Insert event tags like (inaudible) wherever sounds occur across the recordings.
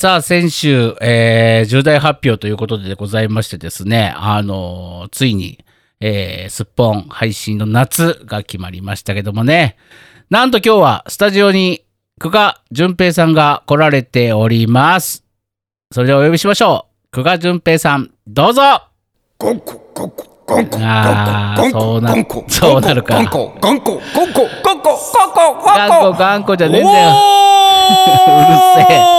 さあ、先週、えー、重大発表ということでございましてですね、あのーついに、えー、すっぽん配信の夏が決まりましたけどもね、なんと今日はスタジオに久賀淳平さんが来られております。それではお呼びしましょう。久賀淳平さん、どうぞゴンコゴンコゴンコゴンコあーゴンコそうなゴンコそうなるかゴンコゴンコゴンコゴンコゴンコゴンコ頑ゴンコ固頑固じゃねえんだよ。おうるせえ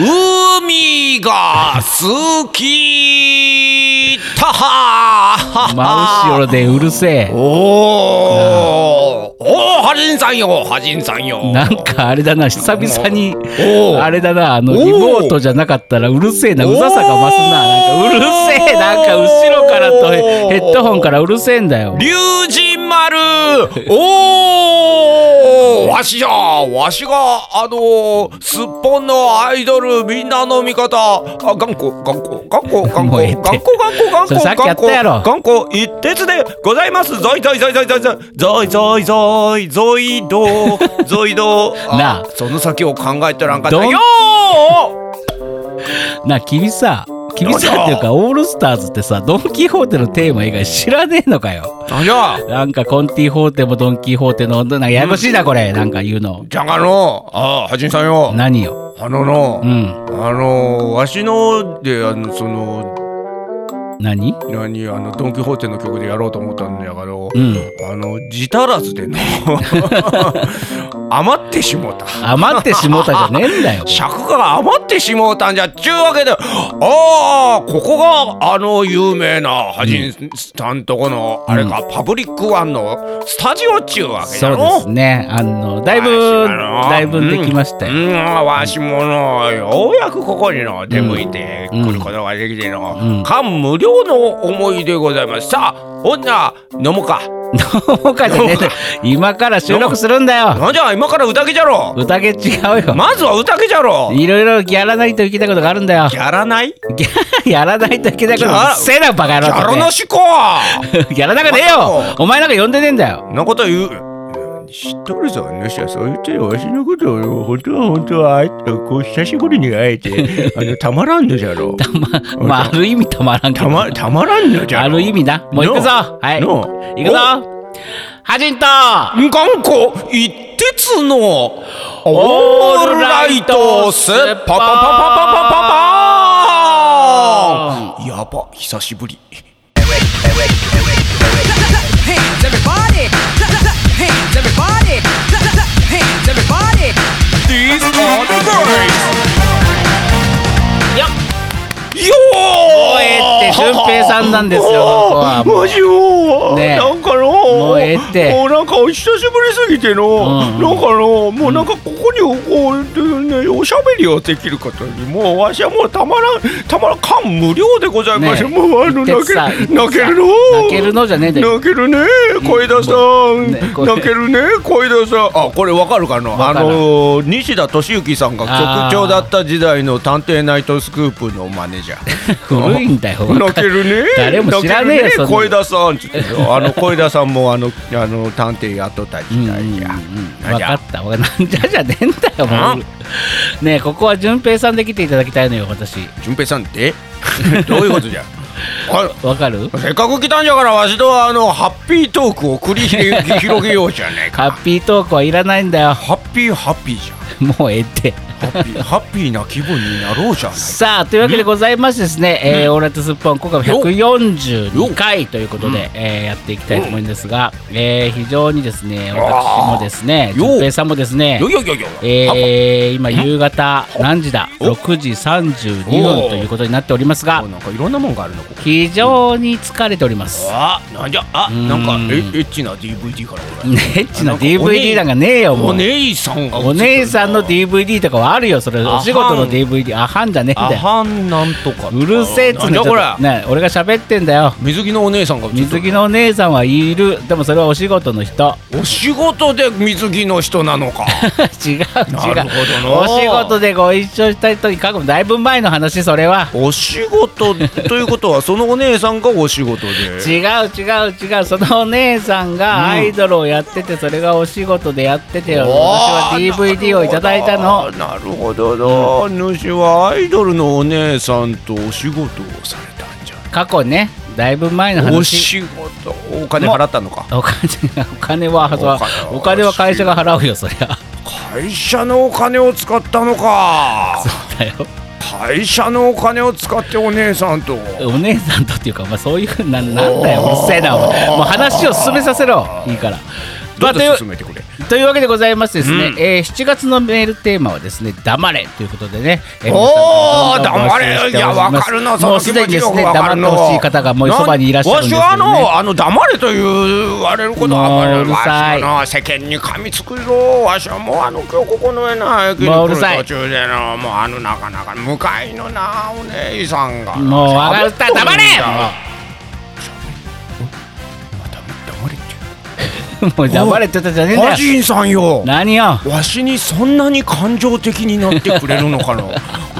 海が好きたは真後ろでうるせえ。おーおーはじんさんよはじんさんよなんかあれだな、久々に、おーあれだな、あの、おーリモートじゃなかったらうるせえな、うざさが増すな、なんかうるせえ、なんか後ろからとヘッドホンからうるせえんだよ。龍神丸おーわしじゃわしがあのー、すっぽんのアイドルみんなの味方あ頑固頑固頑固頑固もうええ頑って固頑固頑そ固れさっきやったやろ頑固一徹でございますぞいぞいぞいぞいぞいぞいぞいぞいぞいどうぞいどうなあその先を考えてらんかったどんよな、君さ、君さっていうか、オールスターズってさ、ドン・キホーテのテーマ以外知らねえのかよ。ーなんやなんか、コンティホーテもドン・キホーテの、なんかややこしいな、これ、なんか言うの。じゃがのあーはじんさんよ何よ。あののうん。あのー、わしのであのその何何あのドン・キホーテの曲でやろうと思ったんだけど、うん。あの自足らずでの (laughs) 余ってしもうた余ってしもうたじゃねえん (laughs) だよ。尺が余ってしもうたんじゃっちゅうわけでああここがあの有名なハジンさんとこの、あれかパブリックワンのスタジオっちゅうわけだそうろですね。あの、だいぶ、だいぶできましたよ。 (laughs) うん、うんわしものようやくここにの出向いてうんくることができての、うん感無量の思いでございますさあほんなら飲もうか農家 (laughs) じゃねえんだよ今から収録するんだよなんじゃ今から宴じゃろ宴違うよまずは宴じゃろいろいろやらないといけないことがあるんだよやらないギャ (laughs) やらないといけないことギャうっせえなバカ野やら郎なっしかてね (laughs) やらなかねえよお前なんか呼んでねえんだよそんなこと言う知っとるぞ、主はそう言ってわしのことを本当は本当はあいこう久しぶりに会えてあのたまらんのじゃろ (laughs) まあある意味たまらんけたどまたまらんのじゃろある意味なもう行くぞはいの行くぞはじんと頑固一徹のオールライトスパパパパパパパパーンやば久しぶり hands, everybody. Clap, clap, clap, hands, everybody. Clap, clap, clap, hands, everybody. These are the boys よっよもうええって順平さんなんですよここはあーマジよねえなんかのもうええってもうなんか久しぶりすぎてのうんなんかのもうなんかここにこうねおしゃべりをできる方にもうわしはもうたまらんたまらん感無量でございますねえもうあの言って泣けさ泣言ってけさるの泣けるのじゃねえんだよ (laughs) 泣けるね小枝さん、ねこれ泣けるね小枝さんあこれわかるかなわあからんの西田敏行さんがあー局長だった時代の「探偵ナイトスクープ」のマネージャー古いんだよ泣けるね誰も知らねえよ泣そけんなるの小枝さんっつってよあの小枝さんもあのあの探偵やっとった時代や分かった分かったなんじゃじゃねえんだよもうねえここは順平さんで来ていただきたいのよ私淳平さんって (laughs) どういうことじゃあわかるせっかく来たんじゃからわしとあのハッピートークを繰り広げようじゃないかハッピートークはいらないんだよハッピーハッピーじゃんもうええってハッピーハッピーな気分になろうじゃないさあというわけでございましてですね、えーオーライトスッポン今回も142回ということで、えーやっていきたいと思うんですが、えー非常にですね私もですねよ淳平さんもですねよよよよよえー今夕方何時だ6時32分ということになっておりますがあなんかいろんなもんがあるのここ非常に疲れており (laughs) ますあなんじゃあんなんかえエッチな DVD からこれネッチあなのんかお姉 DVD なんかねえよもおう姉さんがお姉さんの DVD とかはあるよそれはんお仕事の DVD あはんじゃねえんあだよはんなんとかうるせえっつうなんじのゃちょこっとれね俺が喋ってんだよ水着のお姉さんが映ってる水着のお姉さんはいるでもそれはお仕事の人お仕事で水着の人なのか (laughs) 違う違うなるほどなお仕事でご一緒した人に過去だいぶ前の話それはお仕事ということはそのお姉さんがお仕事で違う違う違うそのお姉さんがアイドルをやっててそれがお仕事でやってて、私はの DVD をいただいたのあなるほどな、主はアイドルのお姉さんとお仕事をされたんじゃ過去ねだいぶ前のないお話仕事お金払ったのかお金お金は金はお金は会社が払うよそりゃ会社のお金を使ったのかだよ会社のお金を使ってお姉さんとお姉さんとっていうか、まあ、そういうななんだようるせえなお前もう話を進めさせろいいから。まあ、どんといどんう進めてくれというわけでございましてですね、うんえー7月のメールテーマはですね「黙れ」ということでね、えー皆さんおおからどんどん募集してお黙れりいやわますかるなそものう気す持でちにでよすくねわか黙っるてのほしい方がもうそばにいらっしゃるんですけわしはあど、ね、のあの黙れというあれることはもううるさいわしはの世間に噛みつくぞわしはもうあの今日ここの上な駅にもうう来るるさい途中でのもうあのなかなか向かいのなお姉さんがもうわかった黙れ黙れってもう黙れって言ったじゃねえんだアよジンさんよ何よわしにそんなに感情的になってくれるの (laughs) かな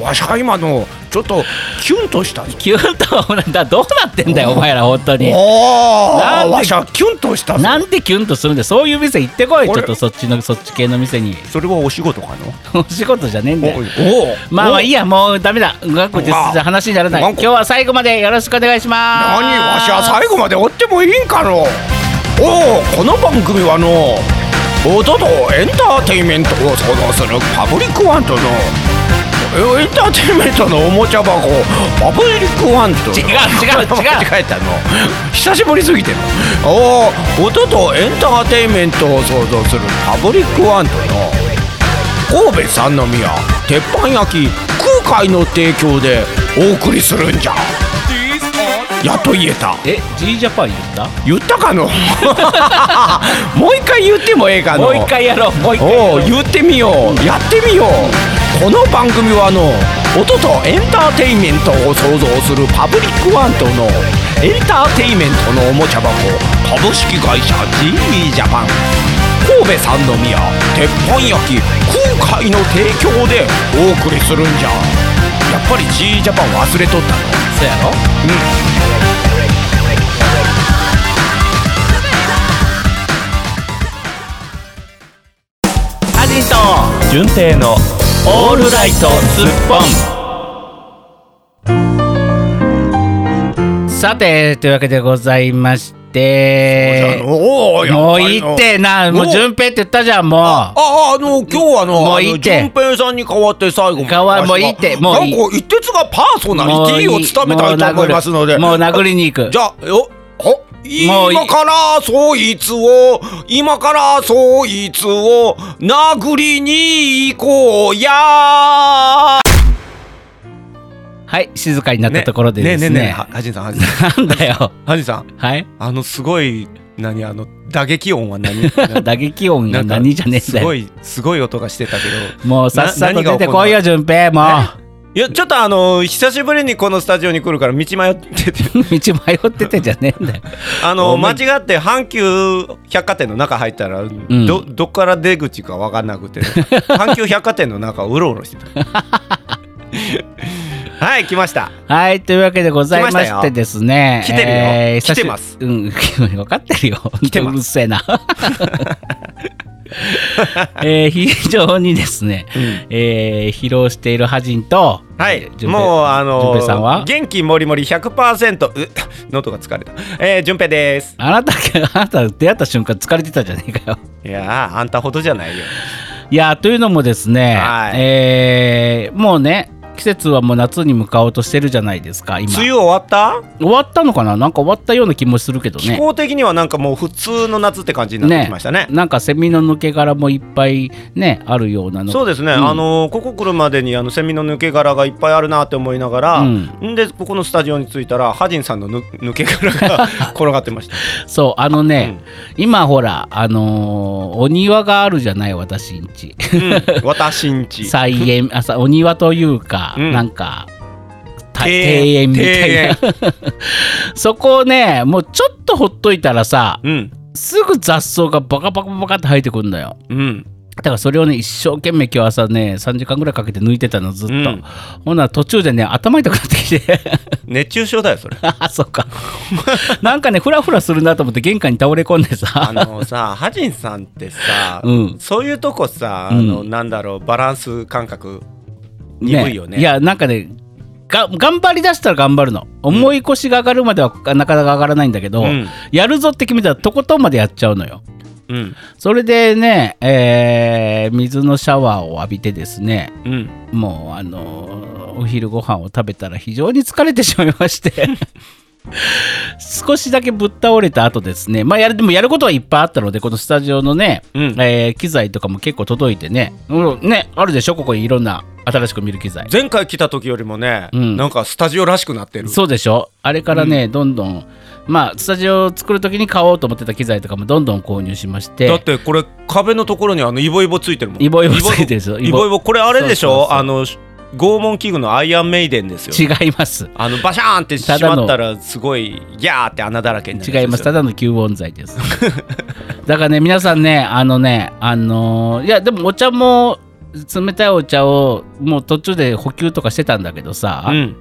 わしは今のちょっとキュンとしたぞキュンとなんだどうなってんだよお前ら本当にあなあんでわしはキュンとしたぞなんでキュンとするんだよそういう店行ってこいちょっ俺とそっちのそっち系の店に (laughs) それはお仕事かなお仕事じゃねえんだよおおまあまあいいやもうダメだ学校でうわ話にならないな今んか日は最後までよろしくお願いします何わしは最後まで追ってもいいんかのおおこの番組はの音とエンターテインメントを創造するパブリックワンとのえエンターテインメントのおもちゃ箱パブリックワンと違う違う違う間違えたの久しぶりすぎてのおお音とエンターテインメントを創造するパブリックワンとの神戸三宮鉄板焼き空海の提供でお送りするんじゃやっと言えたえ G ジャパン言った言った (laughs) かのもう一回言ってもええかのもう一回やろうもう一回やろおうう言ってみようやってみようこの番組はの音とエンターテインメントを創造するパブリックワンとのエンターテインメントのおもちゃ箱株式会社 GE ジャパン神戸三宮鉄板焼き空海の提供でお送りするんじゃやっぱり GE ジャパン忘れとったのそうやろアジト純正のオールライトスッポンさてというわけでございましておーもういいってなもうお順平って言ったじゃんもあああの今日はのもうあのいいって順平さんに代わって最後代わもういいってもういいなんか一徹がパーソうナもうリティを務めたいと思いますのでもう殴りに行くじゃあよほもういい今からそいつを今からそいつを殴りに行こうやはい静かになったところでですねはじんさんはじんさん (laughs) なんだよはじんさんはいあのすごい何あの打撃音 (laughs) は何 (laughs) 打撃音が何じゃねえんだよいすごい音がしてたけどもうさっさとな何が出起こてるのこいよ順平もいやちょっとあの久しぶりにこのスタジオに来るから道迷っててう道迷っててじゃねえんだよあの間違って阪急百貨店の中入ったら、んどどっから出口か分かんなくて阪急百貨店の中をうろうろしてたはい来ましたはい、というわけでございま来まししたてよですね。来てるよ久し来てますうん、 (laughs) 分かってるよ。来てますうるせえな。 (laughs) えー非常にですね、えー疲労しているハジンと、はい順平もうあ順の平さんは元気もりもり100%う喉が疲れたえー、順平ですあなた、あなた出会った瞬間疲れてたじゃねえかよ。いやーあんたほどじゃないよいやーというのもですね、はいえーもうね、季節はもう夏に向かおうとしてるじゃないですか、今。梅雨終わった終わったのかななんか終わったような気もするけど気ね。候的にはなんかもう普通の夏って感じになってきましたねなんかセミの抜け殻もいっぱいね、あるようなのそうですね、あのここ来るまでにあのセミの抜け殻がいっぱいあるなって思いながら、、うんでここのスタジオに着いたらハジンさんのぬ抜け殻が (laughs) 転がってましたそうあのね、今ほらあのーお庭があるじゃない私んちうん私んち菜園あさお庭というか、うんなんかた庭庭園園みたいな (laughs) そこをねもうちょっとほっといたらさうんすぐ雑草がバカバカバカって生えてくるんだようんだからそれをね一生懸命今日朝ね3時間ぐらいかけて抜いてたのずっと、うんほんなら途中でね頭痛くなってきて熱中症だよそれあ、 (laughs) そっか。なんかね、ふらふらするなと思って玄関に倒れ込んであさ。のさハジンさんってさ、うんそういうとこさあの、なんだろうバランス感覚鈍いよねいや、なんかね、が頑張りだしたら頑張るの。重い腰が上がるまではなかなか上がらないんだけど、うんやるぞって決めたらとことんまでやっちゃうのよ。うんそれでね、えー水のシャワーを浴びてですね、うんもうあのーお昼ご飯を食べたら非常に疲れてしまいまして (laughs) 少しだけぶっ倒れた後ですねまあやるでもやることはいっぱいあったのでこのスタジオのね、うんえー機材とかも結構届いてね、うん、ねあるでしょここにいろんな新しく見る機材前回来た時よりもね、うんなんかスタジオらしくなってるそうでしょあれからね、どんどんまあスタジオを作る時に買おうと思ってた機材とかもどんどん購入しましてだってこれ壁のところにあのイボイボついてるもんイボイボついてるでしょイボイボこれあれでしょそうそうそうあの拷問器具のアイアンメイデンですよ違いますあのバシャーンってしまただのったらすごいギャーって穴だらけになる違います。ただだの吸音材です。 (laughs) だからね、皆さんね、あのね、あのーいや、でもお茶も、冷たいお茶をもう途中で補給とかしてたんだけどさう、ん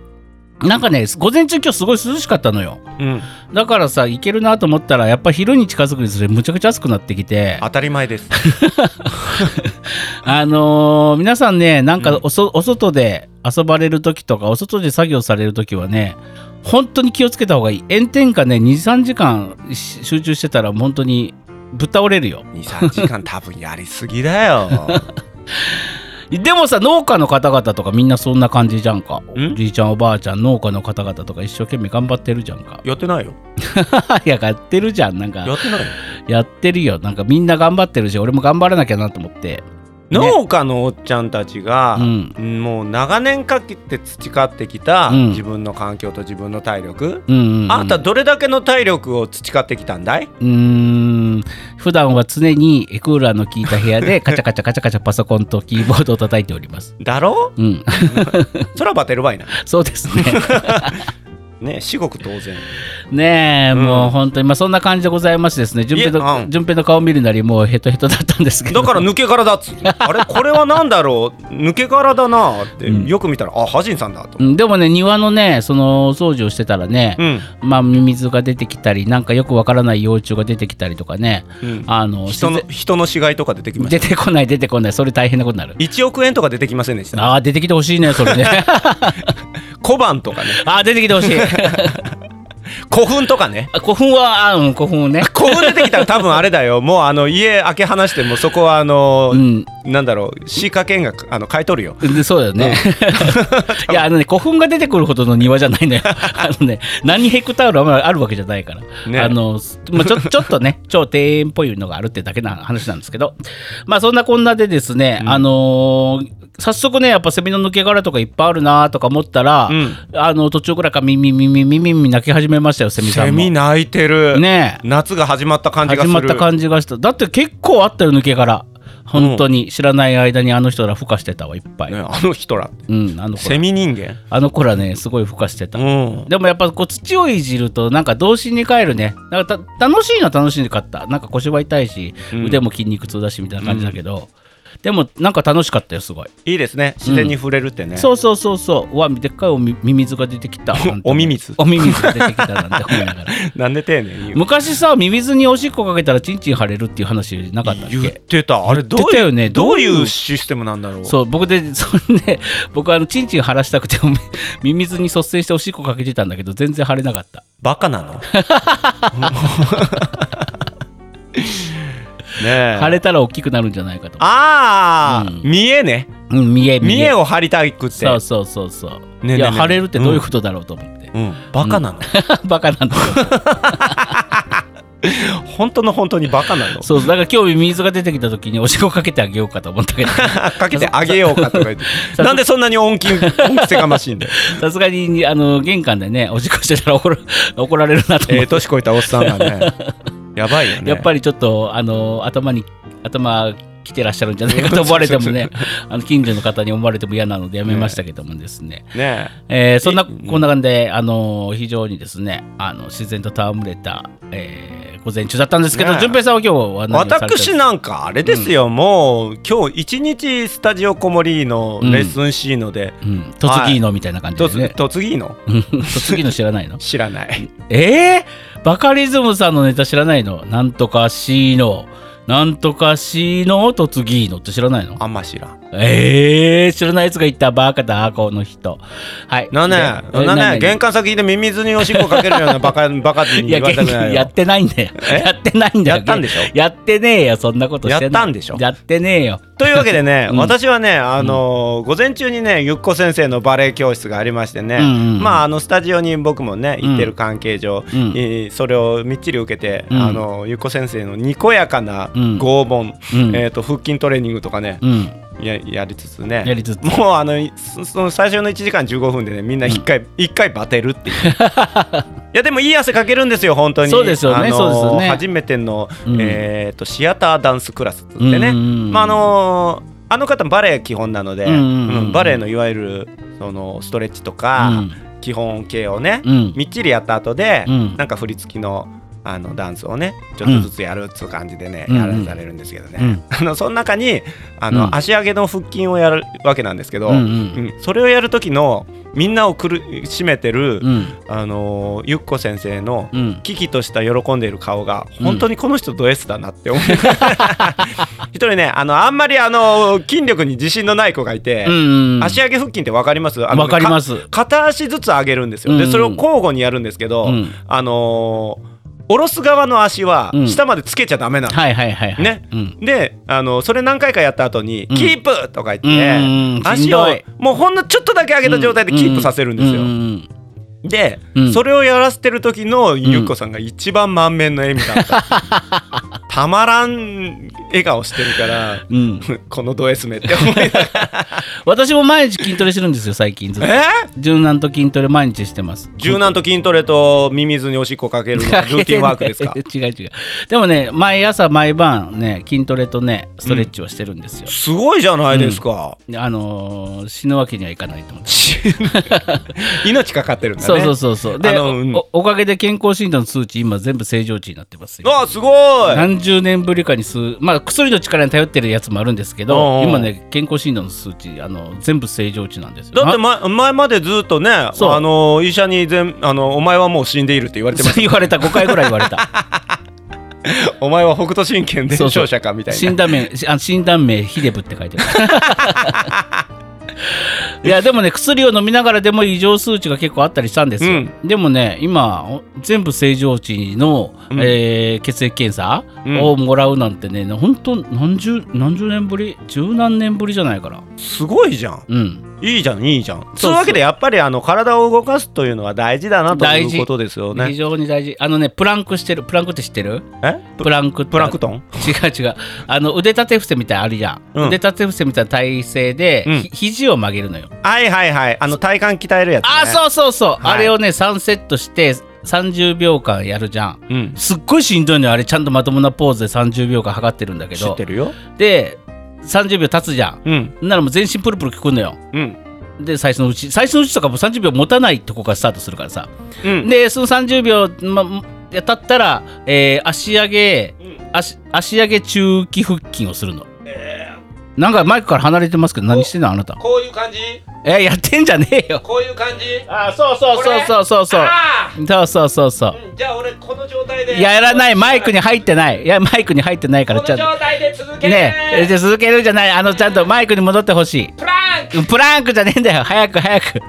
なんかね午前中今日すごい涼しかったのようんだからさいけるなと思ったらやっぱ昼に近づくにつれむちゃくちゃ暑くなってきて当たり前ですあのー皆さんねなんかおそ、お外で遊ばれる時とかお外で作業される時はね本当に気をつけた方がいい炎天下ね23時間し集中してたら本当にぶっ倒れるよ23時間多分やりすぎだよ (laughs) でもさ農家の方々とかみんなそんな感じじゃんかんおじいちゃんおばあちゃん農家の方々とか一生懸命頑張ってるじゃん (laughs) かやってないよいややってるじゃんなんやかってないよやってるよなんかみんな頑張ってるし俺も頑張らなきゃなと思って農家のおっちゃんたちが、うんもう長年かけて培ってきたうん自分の環境と自分の体力、うんうん、うん、あんたどれだけの体力を培ってきたんだいうーん普段は常にクーラーの効いた部屋 (laughs) でカチャカチャカチャカチャパソコンとキーボードを叩いておりますだろ (laughs) うん (laughs) そらバテるばいなそうです (laughs) ねね至極当然ねえ、んもう本当にまあそんな感じでございましてですね順平いやのうん順平の顔見るなりもうヘトヘトだったんですけどだから抜け殻だっつっ (laughs) てあれこれは何だろう抜け殻だなってよく見たら、あハジンさんだとう。んでもね庭のねそのお掃除をしてたらね、うんまあ、ミミズが出てきたりなんかよくわからない幼虫が出てきたりとかね、うんあの人の自人の死骸とか出てき然まし出たてこない出てこないそれ大変なことになる。 1億円とか出てきませんでしたああ出てきてほしいねそれね (laughs) 小判とか (laughs) ねああ出てきてほ (laughs) しい古墳とかねあ古墳はあうん古墳ね古墳出てきたら多分あれ (laughs) だよもうあの家開け放してもうそこはあの、うんなんだろうシーカ犬があの買い取るよでそうだよね、いやあのね古墳が出てくるほどの庭じゃないのよあのね何ヘクタールもあるわけじゃないから、ねあの、まあ、ちょちょっとね超庭園っぽいのがあるってだけな話なんですけどまあそんなこんなでですね、あのー早速ねやっぱセミの抜け殻とかいっぱいあるなとか思ったら、んあの途中ぐらいからミミミミミミミ泣き始めましたよセミさんセもミ泣いてる、ねえ夏が始まった感じが始すまるった感じがしただって結構あったよ抜け殻本当に知らない間にあの人ら孵化してたわいっぱい、ね、あの人らうんあの子らセミ人間あの頃はね、すごい孵化してた。うんでもやっぱこう土をいじるとなんか童心に帰るねなんかた楽しいのは楽しかったなんか腰は痛いし、腕も筋肉痛だしみたいな感じだけど、でもなんか楽しかったよすごい、いいですね自然に触れるってね、そうそうそうそううわでっかいおみミミズが出てきた (laughs) おミミズおミミズが出てきたなんて思いな (laughs) がらなんで丁寧に言う昔さミミズにおしっこかけたらチンチン腫れるっていう話なかったっ言っけてたあれどう言ってたいよう、ねどうどういいううシステムなんだろうそう僕で (laughs) そんで僕あのチンチン腫らしたくておみミミズに率先しておしっこかけてたんだけど全然腫れなかったバカなの (laughs) ねえ腫れたら大きくなるんじゃないかと。ああ、見えねうん、見え見えを張りたくってそうそうそうそう。ねえねえねえいや、腫れるってどういうことだろうと思って。うん、バカなの、 (laughs) バカなんだ (laughs) けど本当の本当にバカなのそうそうだから今日ミミズが出てきた時におしっこかけてあげようかと思った (laughs) けどかけてあげようかとか言ってなんでそんなに恩気恩着せがましい (laughs) んだよさすがにあの玄関でねおしっこしてたら (laughs) 怒る怒られるなとえ思えって、年こいたおっさんがねやばいよねやっぱりりちょっとあの頭に頭来てらっしゃるんじゃないかと思われても (laughs) ねあの近所の方に思われても嫌なのでやめましたけどもですねねえーそんなこんな感じで、あの非常にですねあの自然と戯れた、えー午前中だったんですけど、ねえ順平さんは今日は何をされてるんです私かなんかあれですよ、もう今日一日スタジオこもりのレッスンシーノで、うん、とつぎのみたいな感じとでつね。とつぎいのうんとつぎの知らないの知らないえー、バカリズムさんのネタ知らないのなんとかしーの。なんとかしーのとつぎのって知らないのあんま知らんえー、知らないやつが言ったバカだ、この人。はい。なでねえなね何玄関先でミミズにおしっこかけるようなバカ (laughs) バカって (laughs) いや、言われたくないやよってないんだよ。えやってないんだよ。やったんでしょやってねえよ、そんなことしてないやったんでしょやってねえよ。というわけでね、うん私はね、あのー午前中にねゆっこ先生のバレエ教室がありましてね、うんうんまああのスタジオに僕もね行ってる関係上、うんえーそれをみっちり受けて、うんあのーゆっこ先生のにこやかなうん拷問、うんえー、と腹筋トレーニングとかね、うん。ややりつつねやりつつもうあのそその最初の1時間15分でねみんな一回、一回バテる (laughs) っていういやでもいい汗かけるんですよ本当にそうですよねあのーそうですよね初めての、うんえー、とシアターダンスクラスっつってね、うんうんうんまああのーあの方バレエ基本なので、うんうんうんうんバレエのいわゆるそのストレッチとか、うん基本系をね、うんみっちりやった後で、うんなんか振り付きのあのダンスをねちょっとずつやるっつう感じでね、うんやらされるんですけどね、うん (laughs) あのその中にあの、うん足上げの腹筋をやるわけなんですけど、うんうんうんそれをやる時のみんなを苦しめてる、うん。あのーゆっこ先生の、うん。キキとした喜んでいる顔がうん本当にこの人ド S だなっ (laughs) て思う、一人ねあのあんまりあの筋力に自信のない子がいて、うん。足上げ腹筋って分かりますあのねわかります。片足ずつ上げるんですよ、うでんそれを交互にやるんですけど、うんあのー下ろす側の足はうん下までつけちゃダメなの、はいはいはいはい。ねうん。であのそれ何回かやった後に「うんキープ!」とか言って、うんうんしん足どをいもうほんのちょっとだけ上げた状態でキープさせるんですよ、ううんで、うんそれをやらせてる時のゆっこさんが一番満面の笑みだった、たまらん笑顔してるからうんうん。 (laughs) このド S めって思い (laughs) ながら私も毎日筋トレしてるんですよ、最近ずっと。え柔軟と筋トレ毎日してます。柔軟と筋トレとミミズにおしっこ (laughs) かけるのがルーティンワークですか (laughs) 違う違う。でもね、毎朝毎晩ね、筋トレとね、ストレッチをしてるんですよ。すごいじゃないですか。あのー死ぬわけにはいかないと思 (laughs) って。命かかってるんだね。そうそうそうそう。で、あのうんおおかげで健康診断の数値今全部正常値になってますよ。わあすごい。何十年ぶりかに数、まあ、薬の力に頼ってるやつもあるんですけうんど、うん今ね、健康診断の数値、あの全部正常値なんですよ。だってな前前までずっとね、あそうの医者に全あのお前はもう死んでいるって言われてまそうす。言われた、5回ぐらい言われた。お前は北斗神拳伝承者かみたい診な。断名、しあ診断名、ヒデブって書いてる。 (laughs) いやでもね薬を飲みながらでも異常数値が結構あったりしたんですよ、でもね今お全部正常値の、うんえー血液検査うんをもらうなんてね、本当何十何十年ぶり十何年ぶりじゃないからすごいじゃん。うんいいじゃんいいじゃん。そそそううういうわけでやっぱりあの体を動かすというのは大事だなとい大事うことですよ非ね。常に大事あのねプランクしてるプランクって知ってるえプランクってプランクトン？違う違うあの腕立て伏せみたいなのあるじゃん、うん腕立て伏せみたいな体勢で、うんひ肘を曲げるのよ、はいはいはい。あの体幹鍛えるやつね。ああそうそうそう、はいあれをね3セットして30秒間やるじゃんう。うん。すっごいしんどいのよあれちゃんとまともなポーズで30秒間測ってるんだけ知っどてるよ。で30秒経つじゃんうんならもう全身プルプル効くのようんで最初のうち最初のうちとかもう30秒持たないとこからスタートするからさうん。でその30秒、ま、やたったら、えー足上げ足足上げ中期腹筋をするの、なんかマイクから離れてますけど何してんのあなたこういう感じ？えーやってんじゃねえよこういう感じ？あそうそうそうそうそうそうそうそうそうそうじゃあ俺この状態でやらないマイクに入ってないいやマイクに入ってないからちゃんと態で続ねえじゃあ続けるじゃないあのちゃんとマイクに戻ってほしいプランクプランクじゃねえんだよ早く早く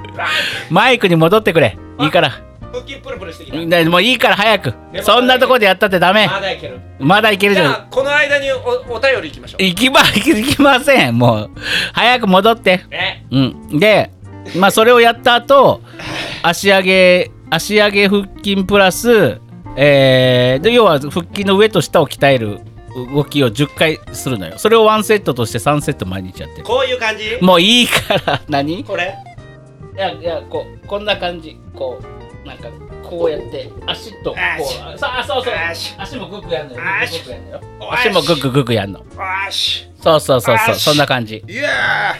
マイクに戻ってくれいいから腹筋プルプルしてきねもういいから早くそんなとこでやったってダメだいけるまだいけるじゃんこの間におお便りいきましょ行きま、 (laughs) 行きません。もう、早く戻って。ねうん。で、まあ、それをやった後、足上げ、足上げ腹筋プラス、えーで、要は腹筋の上と下を鍛える動きを10回するのよ。それを1セットとして3セット毎日やってる。こういう感じもういいから、何いこれや、いや、こう、こんな感じ。こう、なんか、こうやって、足と、こう、さあ、そうそう。足足もグッグやんのよ。グ足ッグやんのよ足もグッググッグやんの。よしそうそうそうそう。足そんな感じ。いや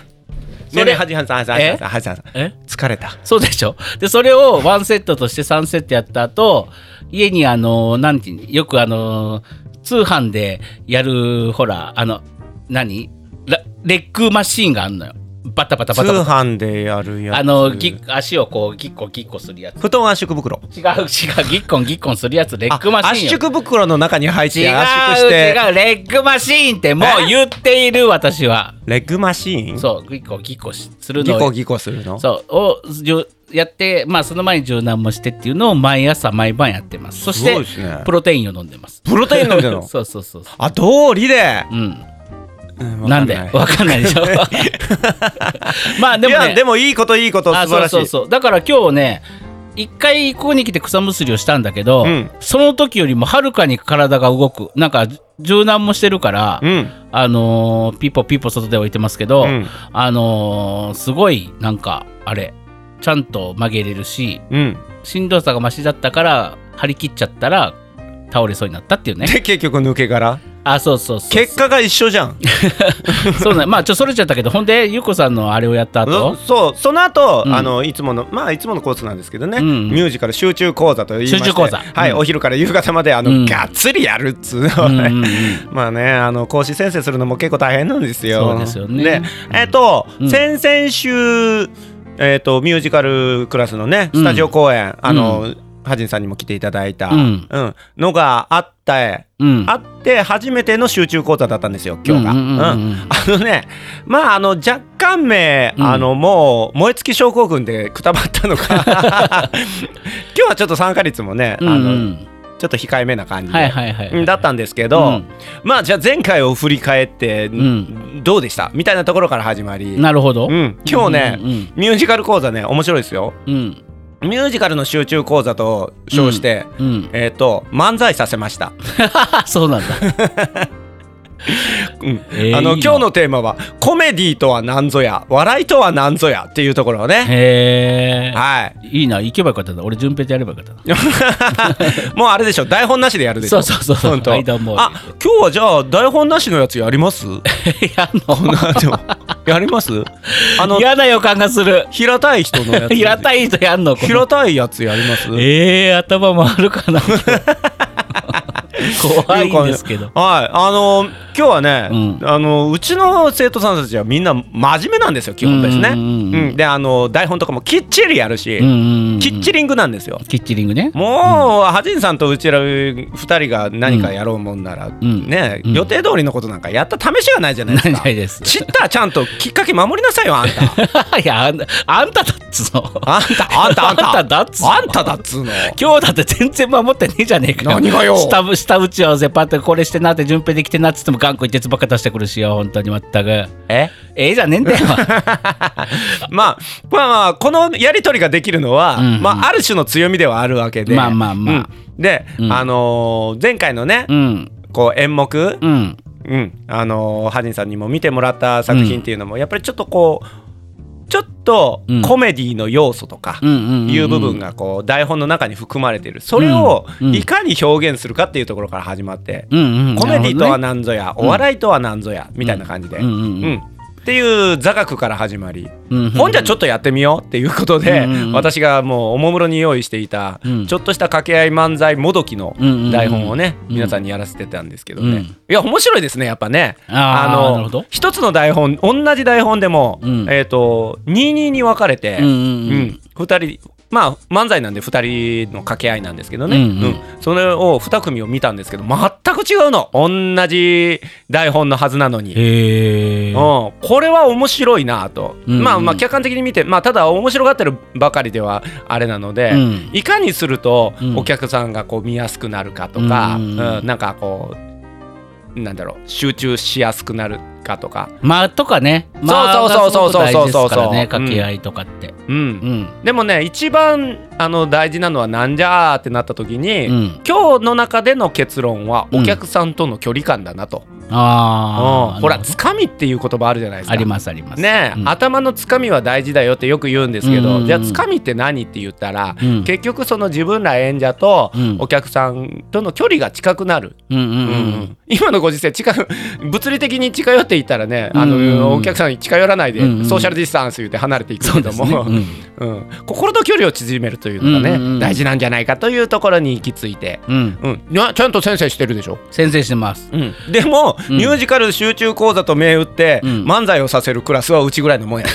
それはじはじはじはじはじはじはじえ疲れたそうでしょで、それを1セットとして3セットやった後、家にあの、なんていうのよくあの、通販でやる、ほら、あの、何ラレッグマシーンがあんのよ。バタバタ通バタバタ。販でやるやつあの、ぎ足をこう、ぎっこぎっこするやつ。布団圧縮袋違う違う、ぎっこんぎっこんするやつ、レッグマあシーン圧よ。縮袋の中に入っ違うて圧縮して違う、レッグマシーンってもう言っている、私は。レッグマシーンそう、ぎっこぎっこしするのギをコギコするのそうをじゅやって、まあ、その前に柔軟もしてっていうのを毎朝毎晩やってますそしすてごいですねプロテインを飲んでますプロテイン飲んでんの (laughs) そうそうそうそあ道理でううんなんでわかんない (laughs) でしょまあででももねでもいいこといいことあ素晴らしそういそうそうだから今日ね一回ここに来て草むすりをしたんだけど、うんその時よりもはるかに体が動くなんか柔軟もしてるから、うんあのーピポピポ外で置いてますけど、うんあのーすごいなんかあれちゃんと曲げれるしうんしんどさがマシだったから張り切っちゃったら倒れそうになったっていうねで結局抜け殻あそうそうそう結果が一緒じゃんそうねまあちょっとそれちゃったけどほんでゆうこさんのあれをやった後そうその後、うんあのいつものまあいつものコースなんですけどね、うんうんミュージカル集中講座と言いまして集中講座はい、うんお昼から夕方まであの、うんがっつりやるっつうのうをんうんね、うんまあねあの講師先生するのも結構大変なんですよ。そうですよねえっ、と、うん先々週えっ、とミュージカルクラスのねスタジオ公演、あの、ハジンさんにも来ていただいた、うんうんのがあったうんあって初めての集中講座だったんですよ今日が。うんうんうんうんうんあのねまああの若干名、うんあのもう燃え尽き症候群でくたばった (laughs) のか今日はちょっと参加率もね、うんあうのんちょっと控えめな感じで、はいはいはいうんだったんですけど、うんまあじゃあ前回を振り返って、んどうでしたみたいなところから始まり、なるほど、うん今日ね、うんうんミュージカル講座ね面白いですよ。うんミュージカルの集中講座と称して、うんえっ、と漫才させました。あ (laughs) そう (laughs) なんだうんえーあのいいな今日のテーマは「コメディとは何ぞや笑いとは何ぞや」っていうところをね、へえはい (laughs) いいな行けばよかったな俺順平とやればよかったなもうあれでしょ台本なしでやるでしょそうそうそう本当あ間今も日はじゃあ台本なしのやつやりま (laughs) す (laughs) やんのあのやりますあの嫌な予感がする平たい人のやつ (laughs) 平たい人やんのこの平たいやつやりますえー、頭回るかな (laughs) 怖いんですけど。はいあの今日はね、うんあのうちの生徒さんたちはみんな真面目なんですよ基本ですねうんうんうんうんであの台本とかもきっちりやるし、きっちり。りんぐなんですよキッチリングね。もう、ハジンさんとうちら2人が何かやろうもんなら、んね、うん予定通りのことなんかやった試しがないじゃないですか。ないです。ちったらちゃんときっかけ守りなさいよ、あん (laughs) た。いや、あんあんただっつの。あんた、あんた、あんた。あんただっつうのあんただっつうの。今日だって全然守ってねえじゃねえか何がよ下ぶ下打ち合わせパッとこれしてなって順平できてなっつっても頑固一徹ばっか出してくるしよ本当に全くえええじゃねえんだ (laughs) よまあ、まあまあ、このやりとりができるのは、うんうんまあ、ある種の強みではあるわけで。まあまあまあうんで、うんあのー前回のねう、んこう演目、うんうん、あのーハジンさんにも見てもらった作品っていうのも、やっぱりちょっとこうちょっとうんコメディの要素とかうんうんうんうんいう部分がこう台本の中に含まれているそれをうんうんいかに表現するかっていうところから始まって、うんうんコメディとはなる何ぞや、お笑いとは何ぞや、みたいな感じで、うんうんうんうんっていう座学から始まり、ほどねほんじゃちょっとやってみようっていうことで、うんうんうん私がもうおもむろに用意していた、うんちょっとした掛け合い漫才もどきのうんうんうん台本をね、うん皆さんにやらせてたんですけどね、うんいや面白いですねやっぱねあーなるほのど一つの台本同じ台本でも、うんえっ、と22に分かれて、うんうんうん2人まあ漫才なんで2人の掛け合いなんですけどね、うんうんうんそれを2組を見たんですけど全く違うの同じ台本のはずなのに。へえうん、これは面白いなと、うんまあまあ客観的に見て、まあ、ただ面白がってるばかりではあれなので、うんいかにするとうんお客さんがこう見やすくなるかとか、ううんんなんかこうなんだろう集中しやすくなるかとか、間とかね間そうそうそうそうそうそがすごく大事ですうそうからねうん掛け合いとかってうんうんでもね一番あの大事なのはなんじゃーってなった時に、うん今日の中での結論はうんお客さんとの距離感だなと、あうあんほらつかみっていう言葉あるじゃないですか。ありますありますねえうん頭のつかみは大事だよってよく言うんですうんけうんど、うんじゃあつかみって何って言ったら、うん結局その自分ら演者とうんお客さんとの距離が近くなる、うんうんううんん今のご時世近く物理的に近寄っっていたらねあうんうんうんのお客さんに近寄らないでうんうんソーシャルディスタンス言って離れていくそけうどですも、ね。うんうん、心の距離を縮めるというのがね、うんうんうん大事なんじゃないかというところに行き着いて、うん。うん、いやちゃんと先生してるでしょ、先生してます。うん、でも、んミュージカル集中講座と銘打って、うん漫才をさせるクラスはうちぐらいのもんや、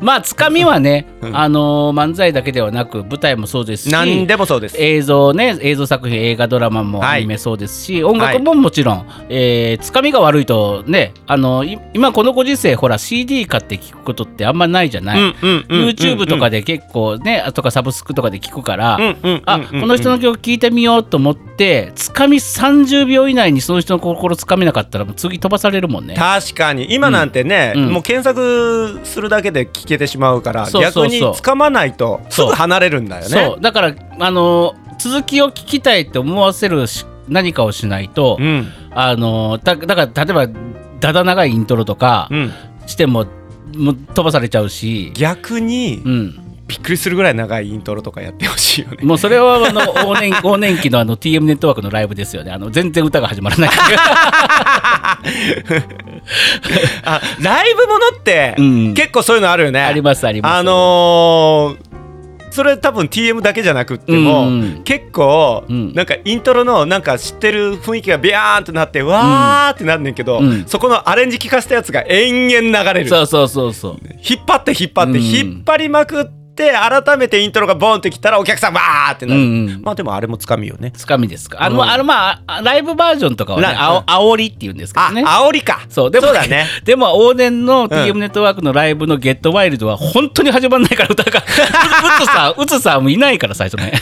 まあ、つかみはね、んあのー漫才だけではなく、舞台もそうですし、何でもそうです映像ね、映像作品、映画、ドラマもはアいニメそうですし、音楽ももちろん、えーつかみが悪いとね、あのい今このご時世、ほら、CD 買って聞くことってあんまないじゃない。うんうんうんうん YouTube とかで結構ね、あとかサブスクとかで聞くから、うんうんうんうんあこの人の曲聴いてみようと思ってつかみ30秒以内にその人の心つかめなかったらもう次飛ばされるもんね。確かに今なんてね、うんもう検索するだけで聞けてしまうからそうそうそう逆につかまないとすそうぐ離れるんだよねそうだからあの続きを聞きたいって思わせるし何かをしないと、うんあのだだから例えばだだ長いイントロとかうん、しても,、もう飛ばされちゃうし、逆にうん、びっくりするぐらい長いイントロとかやってほしいよねもうそれはあの (laughs) 往年往年期のあの TM ネットワークのライブですよねあの全然歌が始まら (laughs) ないあライブものって、うん結構そういうのあるよねありますあります。あのーそれ多分 TM だけじゃなくっても、うんうん結構、うんなんかイントロのなんか知ってる雰囲気がビャーンとなってわーってなんねんけど、うんそこのアレンジ聞かせたやつが延々流れるそうそうそうそう。引っ張って引っ張って、うん引っ張りまくって改めてイントロがボンってきたらお客さんわーってなる、うんうんまあでもあれもつかみよねつかみですか。あの、うんあのまあ、ライブバージョンとかはね、ラあお煽りって言うんですけどあ、ね。煽りかそう、でも、そうだねでも往年の TM ネットワークのライブのゲットワイルドは本当に始まんないから歌が、うつさん、うつさんもいないから最初ね。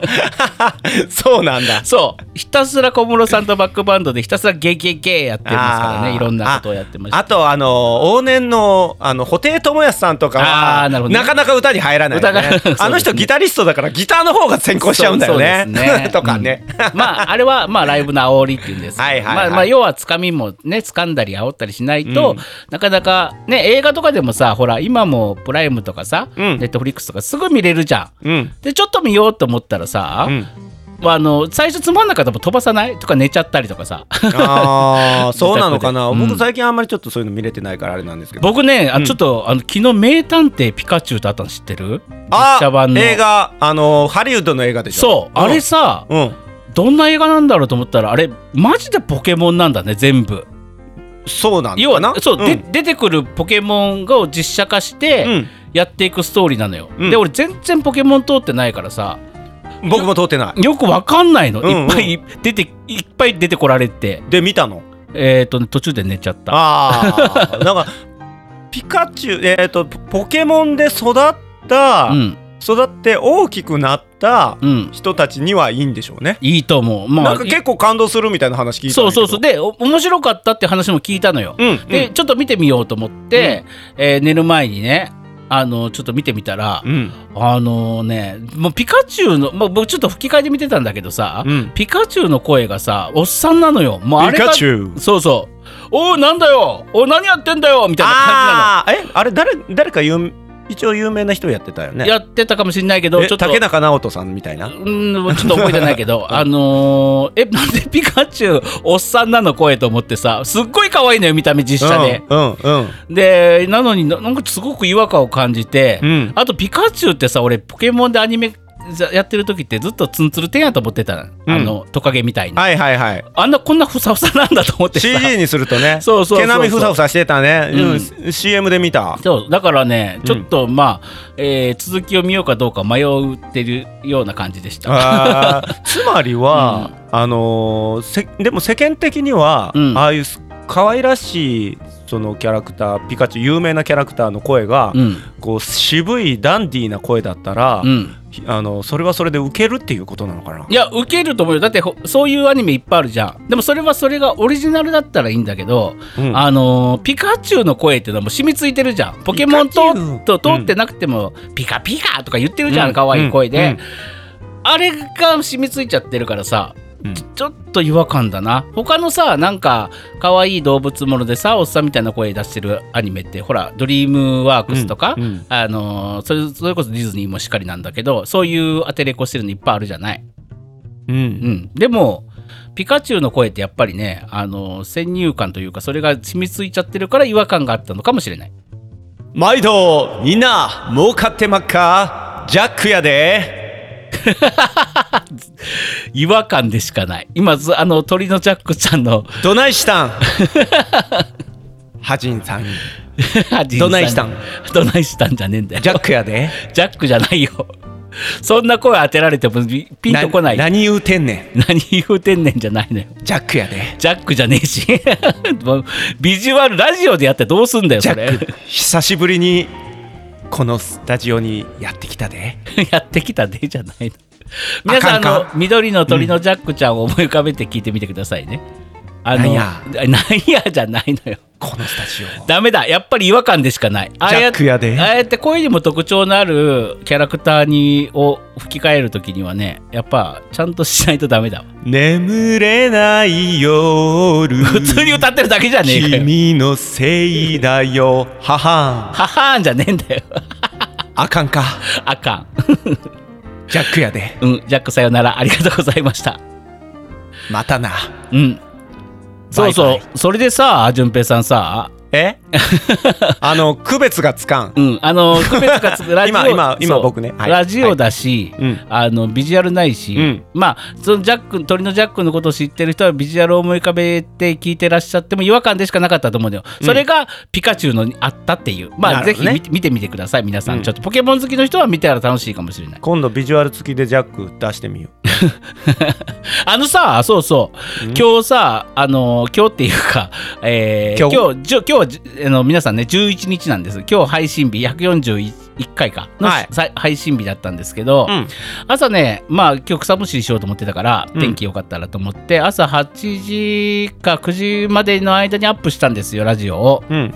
(laughs) そうなんだそう、ひたすら小室さんとバックバンドでひたすらゲゲゲやってますからあね、ーいろんなことをやってましたあ。とあの往年のあの布袋寅泰さんとかはあーなな,、るほどねかなか歌に入らないよね、歌が (laughs) そうですねあの人ギタリストだからギターの方が先行しちゃうんだよねそうそうですね (laughs) とかね、うんまああれはまあライブの煽りっていうんですけどはいはいはいまあまあ要はつかみもね掴んだり煽ったりしないと、うんなかなかね映画とかでもさほら今もプライムとかさ、うんネットフリックスとかすぐ見れるじゃん。うんでちょっと見ようと思ったらさう、 (laughs) ん、まあ、あの最初つまんなかったらもう飛ばさないとか寝ちゃったりとかさ (laughs) ああそうなのか自宅でな、うん僕最近あんまりちょっとそういうの見れてないからあれなんですけど僕ねあうんちょっと、あの昨日「名探偵ピカチュウ」とあったの知ってるあ実写版の映画あのハリウッドの映画でしょそうあれさ、うん、うんどんな映画なんだろうと思ったらあれマジでポケモンなんだね全部。そうなんだ要はなそう、んで出てくるポケモンを実写化してうやっていくストーリーなのよ、うんで俺全然ポケモン通ってないからさん、僕も通ってないよくわかんないの、うんうんいっぱい出ていっぱい出てこられてで見たのえっ、とね途中で寝ちゃったああなんかピカチュウえっ、とポケモンで育った、うん育って大きくなったうん人たちにはいいんでしょうね。いいと思うまなんあか結構感動するみたいな話聞いたんそうだけそどうそうでお面白かったって話も聞いたのよ、うんうんでちょっと見てみようと思って、えー寝る前にねあのちょっと見てみたら、うんあのねもうピカチュウの、まあ、僕ちょっと吹き替えで見てたんだけどさ、うんピカチュウの声がさおっさんなのよもうあれピがカチュウそうそうおおなんだよおう何やってんだよみたいな感ああえあれ誰誰か有一応有名な人やってたよじなね。のやってたかもしれないけどえちょっと竹中直人さんみたいな。うんちょっと覚えてないけ (laughs) どあのー、えなんでピカチュウおっさんなの声と思ってさすっごい可愛いのよ見た目実写で、うんうんうんでなのにななんかすごく違和感を感じて、うんあとピカチュウってさ俺ポケモンでアニメざやってる時ってずっとツンツルテンやと思ってたの、あのトカゲみたいに、はいはいはい。あんなこんなふさふさなんだと思ってさ CG にするとねそうそうそうそう毛並みふさふさしてたね、うんうん CM で見た。そうだからねちょっとまあ、えー続きを見ようかどうか迷ってるような感じでした。あ (laughs) ーつまりは、あのーせでも世間的には、うんああいうす可愛らしいそのキャラクターピカチュウ有名なキャラクターの声が、うんこう渋いダンディーな声だったら、うん、ひあのそれはそれでウケるっていうことなのかないやウケると思うよだってほそういうアニメいっぱいあるじゃんでもそれはそれがオリジナルだったらいいんだけど、うんあのーピカチュウの声っていうのはもう染みついてるじゃんポケモンピカチュウととうん通ってなくても、ピカピカとか言ってるじゃうんん可愛、い声で、うんあれが染みついちゃってるからさうんちちょっと違和感だな他のさなんか可愛い動物ものでさおっさんみたいな声出してるアニメってほら「ドリームワークス」とか、うんうんあのーそれそれこそディズニーもしっかりなんだけどそういうアテレコしてるのいっぱいあるじゃない、うんうん、でもピカチュウの声ってやっぱりね、あの、先入観というか、それが染みついちゃってるから違和感があったのかもしれない。毎度みんな儲かってまっかジャックやで違和感でしかない。今、ずあの、鳥のジャックちゃんの、 (laughs) どないしたんハジンさんどないしたんどないしたんじゃねえんだよ。ジャックやでジャックじゃないよ。そんな声当てられてもピピンとこない。な何何言うてんね言うてんねんじゃないのよ。んジャックやでジャックじゃねえし。 (laughs) もうビジュアル、ラジオでやってどうすんだよ、ジャそれッ。ク久しぶりにこのスタジオにやってきたで (laughs) やってきたでじゃないの。皆さん、ああかのんか、緑の鳥のジャックちゃんを思い浮かべて聞いてみてくださいね。あなんの、やなんやじゃないのよ。このスタジオダメだやっぱり違和感でしかないああやジャックやでああやって声にも特徴のあるキャラクターにを吹き替える時にはねやっぱちゃんとしないとダメだわ眠れない夜普通に歌ってるだけじゃねえかよ君のせいだよ母ははーんじゃねえんだよ (laughs) あかんかあかんジャックやでうんジャックさよならありがとうございましたまたなうんそうそうバイバそれでさ淳平さんさえ (laughs) あの区別がつかんうんあの区別がつラジオ (laughs) 今今今そう僕ねはいラジオだし、はいうんあのビジュアルないし、うんまあそのジャック鳥のジャックのことを知ってる人はビジュアルを思い浮かべて聞いてらっしゃっても違和感でしかなかったと思うんだよ、それがピカチュウのにあったっていうまあ、なぜるひほど見ねて見てみてください皆さん、うんちょっとポケモン好きの人は見たら楽しいかもしれない今度ビジュアル付きでジャック出してみようあのさそうそう、今日さあの今日っていうか、えー、今日今日じゅ今日はじゅあの皆さんね11日なんです今日配信日141回かの、はいさ配信日だったんですけど、うん朝ね、まあ今日草むしりしようと思ってたから、うん天気良かったらと思って、朝8時か9時までの間にアップしたんですよ、ラジオを。うん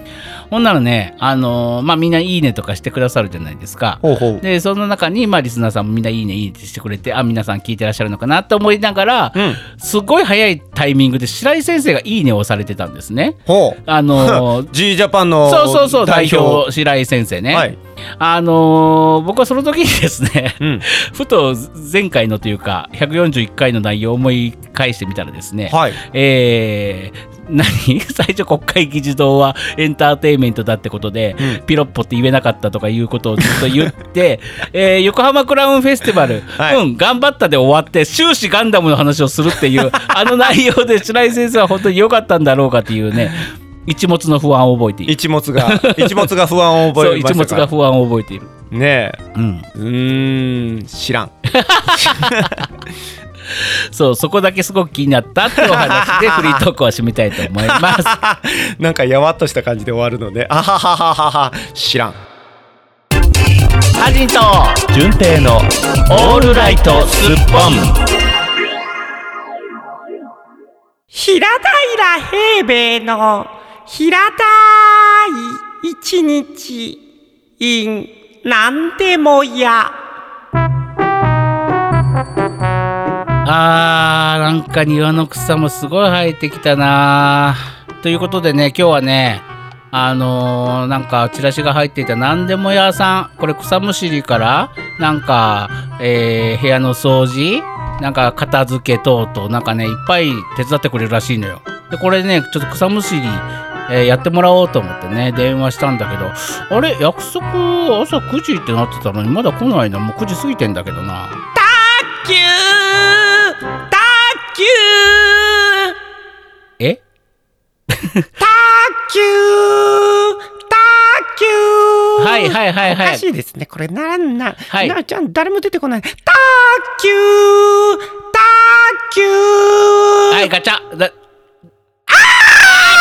ほんならね、あのーまあみんないいねとかしてくださるじゃないですか。ほうほうで、その中に、まあリスナーさんもみんないいね、いいねしてくれて、あ、皆さん聞いてらっしゃるのかなと思いながら、うんすごい早いタイミングで白井先生がいいねを押されてたんですね。ほうあ (laughs) のー G ジャパンのそうそうそう、代代表表、白井先生ね。はいあのー僕はその時にですね、うん (laughs) ふと前回のというか141回の内容を思い返してみたらですね、はいえー何 (laughs) 最初国会議事堂はエンターテインメントだってことで、ピロッポって言えなかったとかいうことをずっと言って、 (laughs) えー横浜クラウンフェスティバル、はいうん頑張ったで終わって終始ガンダムの話をするっていう (laughs) あの内容で白井先生は本当に良かったんだろうかっていうね一物の不安を覚えている。一物が一物が不安 (laughs) そを覚うえ一まし物がたか不安を覚えている。ねえうんうーん知らんそう、そこだけすごく気になったってお話 (laughs) でフリートークを締めたいと思います。なんかやわっとした感じで終わるのであははははは知らんアジンと純平のオールライトスッポン。平平平米の平たい一日 in なんでもや。あー、なんか庭の草もすごい生えてきたなということでね、今日はね、あのー、なんかチラシが入っていた何でも屋さん、これ草むしりから、なんか、えー部屋の掃除、なんか片付け等々、なんかね、いっぱい手伝ってくれるらしいのよ。で、これね、ちょっと草むしり、えーやってもらおうと思ってね、電話したんだけど、あれ、約束朝9時ってなってたのに、まだ来ないな、もう9時過ぎてんだけどな。卓球卓球え卓球卓球はいはいはいはいおかしいですね。これならんな。はいなちゃん誰も出てこない。卓球卓球はい、ガチャ。だ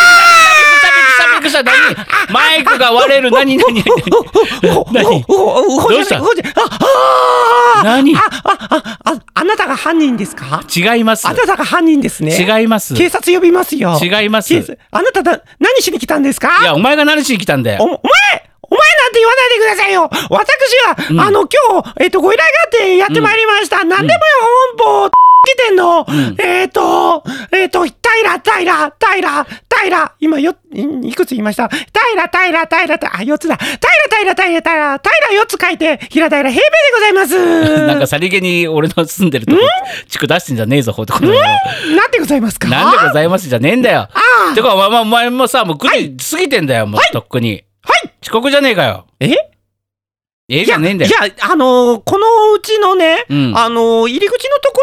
あーびっくりしたびっくりしたびっくりした何マイクが割れる何何何どどうしたあ何あああああなたが犯人ですか何違いますあなたが犯人ですね。違います警察呼びますよ。違います警察あなただ、何しに来たんですかいやお前が何しに来たんだおよお前お前なんて言わないでくださいよ私は、うんあの、今日、えっ、と、ご依頼があってやってまいりました。なん、何でもよ、本邦来てんの、えっ、ー、と、えっ、ー、と、平、平、平、平、今よ、いいくつ言いました平、平、平、平、あ、四つだ。平、平、平、平、平、四つ書いて、平、平、平米でございます。なんかさりげに俺の住んでるとこ地区出してんじゃねえぞほうとこなんでございますかなんでございますじゃねえんだよあーてかお前もお前もさもう9時過ぎてんだよもうとっくにはい遅刻じゃねえかよえええいじゃや、ねえんだよいや、あのーこのうちのね、うんあのー入り口のとこ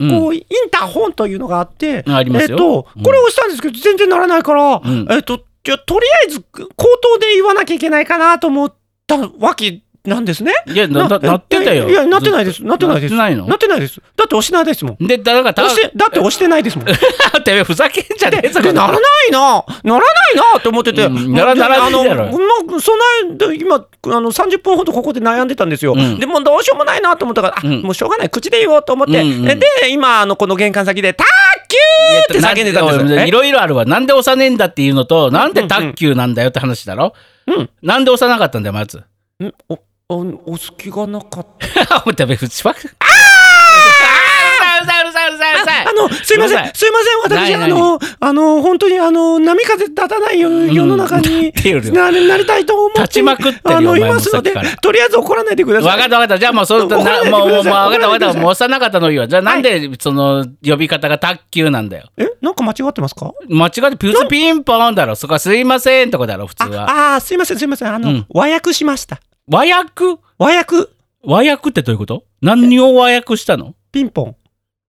ろに、こう、インターホンというのがあって、ありますよえっと、うんこれを押したんですけど、全然ならないから、んえっと、じゃあとりあえず、口頭で言わなきゃいけないかなと思ったわけなんですね。いやなななってたよいや、いやなってないです。ずっとなってないです。なってないのなってないです。だって押してないですもん。でだからた押して、だって押してないですもん。で、だ (laughs) ってふざけんじゃねえぞでならないな、ならないなと思ってて、うんならならあの、ないだろもう、そんな、今、あの、30分ほどここで悩んでたんですよ。んでも、どうしようもないなと思ったから、あ、んもうしょうがない、口で言おうと思って、うんうんで、今、あの、この玄関先で、卓球って叫んでたんですよ。いろいろあるわ。なんで押さねえんだっていうのと、なんで卓球なんだよって話だろ。うんなんで押さなかったんだよ、ま (laughs) ず。えんお、お、お好きがなかった。もうダメ、ふちばく。あーうるさいうるさいうるさいうるさいあの、すいまごせ、めんなんすいません、私、ないあの、あの、本当に、あの、波風立たないよ世の中に立ってるよななりたいと思って、立ちまくってるよあおの、前いもますのでさっきから、とりあえず怒らないでください。わかったわかった。じゃあもうそう怒ならないでもうもくうもうださいわかったわかっ怒らないでくた。ださいもう押さなかったのいいわ。じゃあなんでその呼び方が卓球なんだよ。え、なんか間違ってますか間違ってピューズピンポンだろ。そこはすいませんとこだろ普通は。ああー、すいません、すいません。あの、うん和訳しました。和訳和訳、和訳ってどういうこと？何を和訳したの？ピンポン。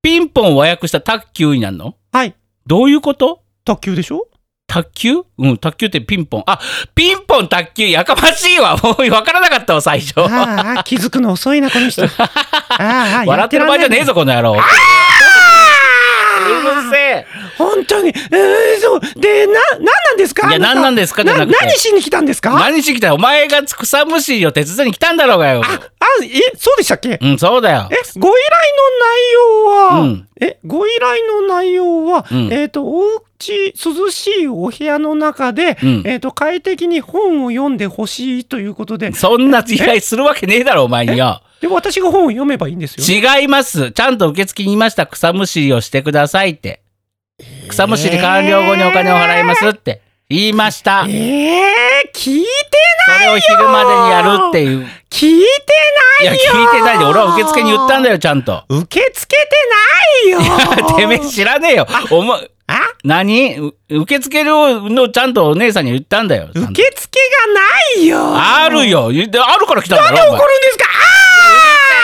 ピンポン和訳した卓球になるの？はい。どういうこと？卓球でしょ卓球うん、卓球ってピンポン。あ、ピンポン卓球、やかましいわ。 (laughs) もう分からなかったわ、最初。笑あ (laughs) あ、気づくの遅いな、この人。あーあー、ってる場合じゃねえぞ。ぞ、この野郎。うるあーせえ。本当に。えー、そう。で、な、なんなんですかいやあたなんなんですかじゃなくて何しに来たんですかあ、何してきたよお前が草むしりを手伝いに来たんだろうがよ。あえ、そうでしたっけえ、うん、そうだよ。ご依頼の内容は、うんえ、ご依頼の内容は、うんえっ、と、お家涼しいお部屋の中で、うんえっ、と、快適に本を読んでほしいということで、そんな依頼するわけねえだろ、お前によ。で私が本を読めばいいんですよ。違います。ちゃんと受付にいました。草むしりをしてくださいって。草むしり完了後にお金を払いますって言いました。ええー、聞いてそないれよを昼までにやるっていう。聞いていや、な聞いいよてないで、俺は受付に言ったんだよ、ちゃん (laughs) と。受け付けてないよてめえ知らねえよ。おもあ何う受付料のちゃんとお姉さんに言ったんだよ。受付がないよあるよ。言ってあるから来たんだろ。なんで怒おるんですか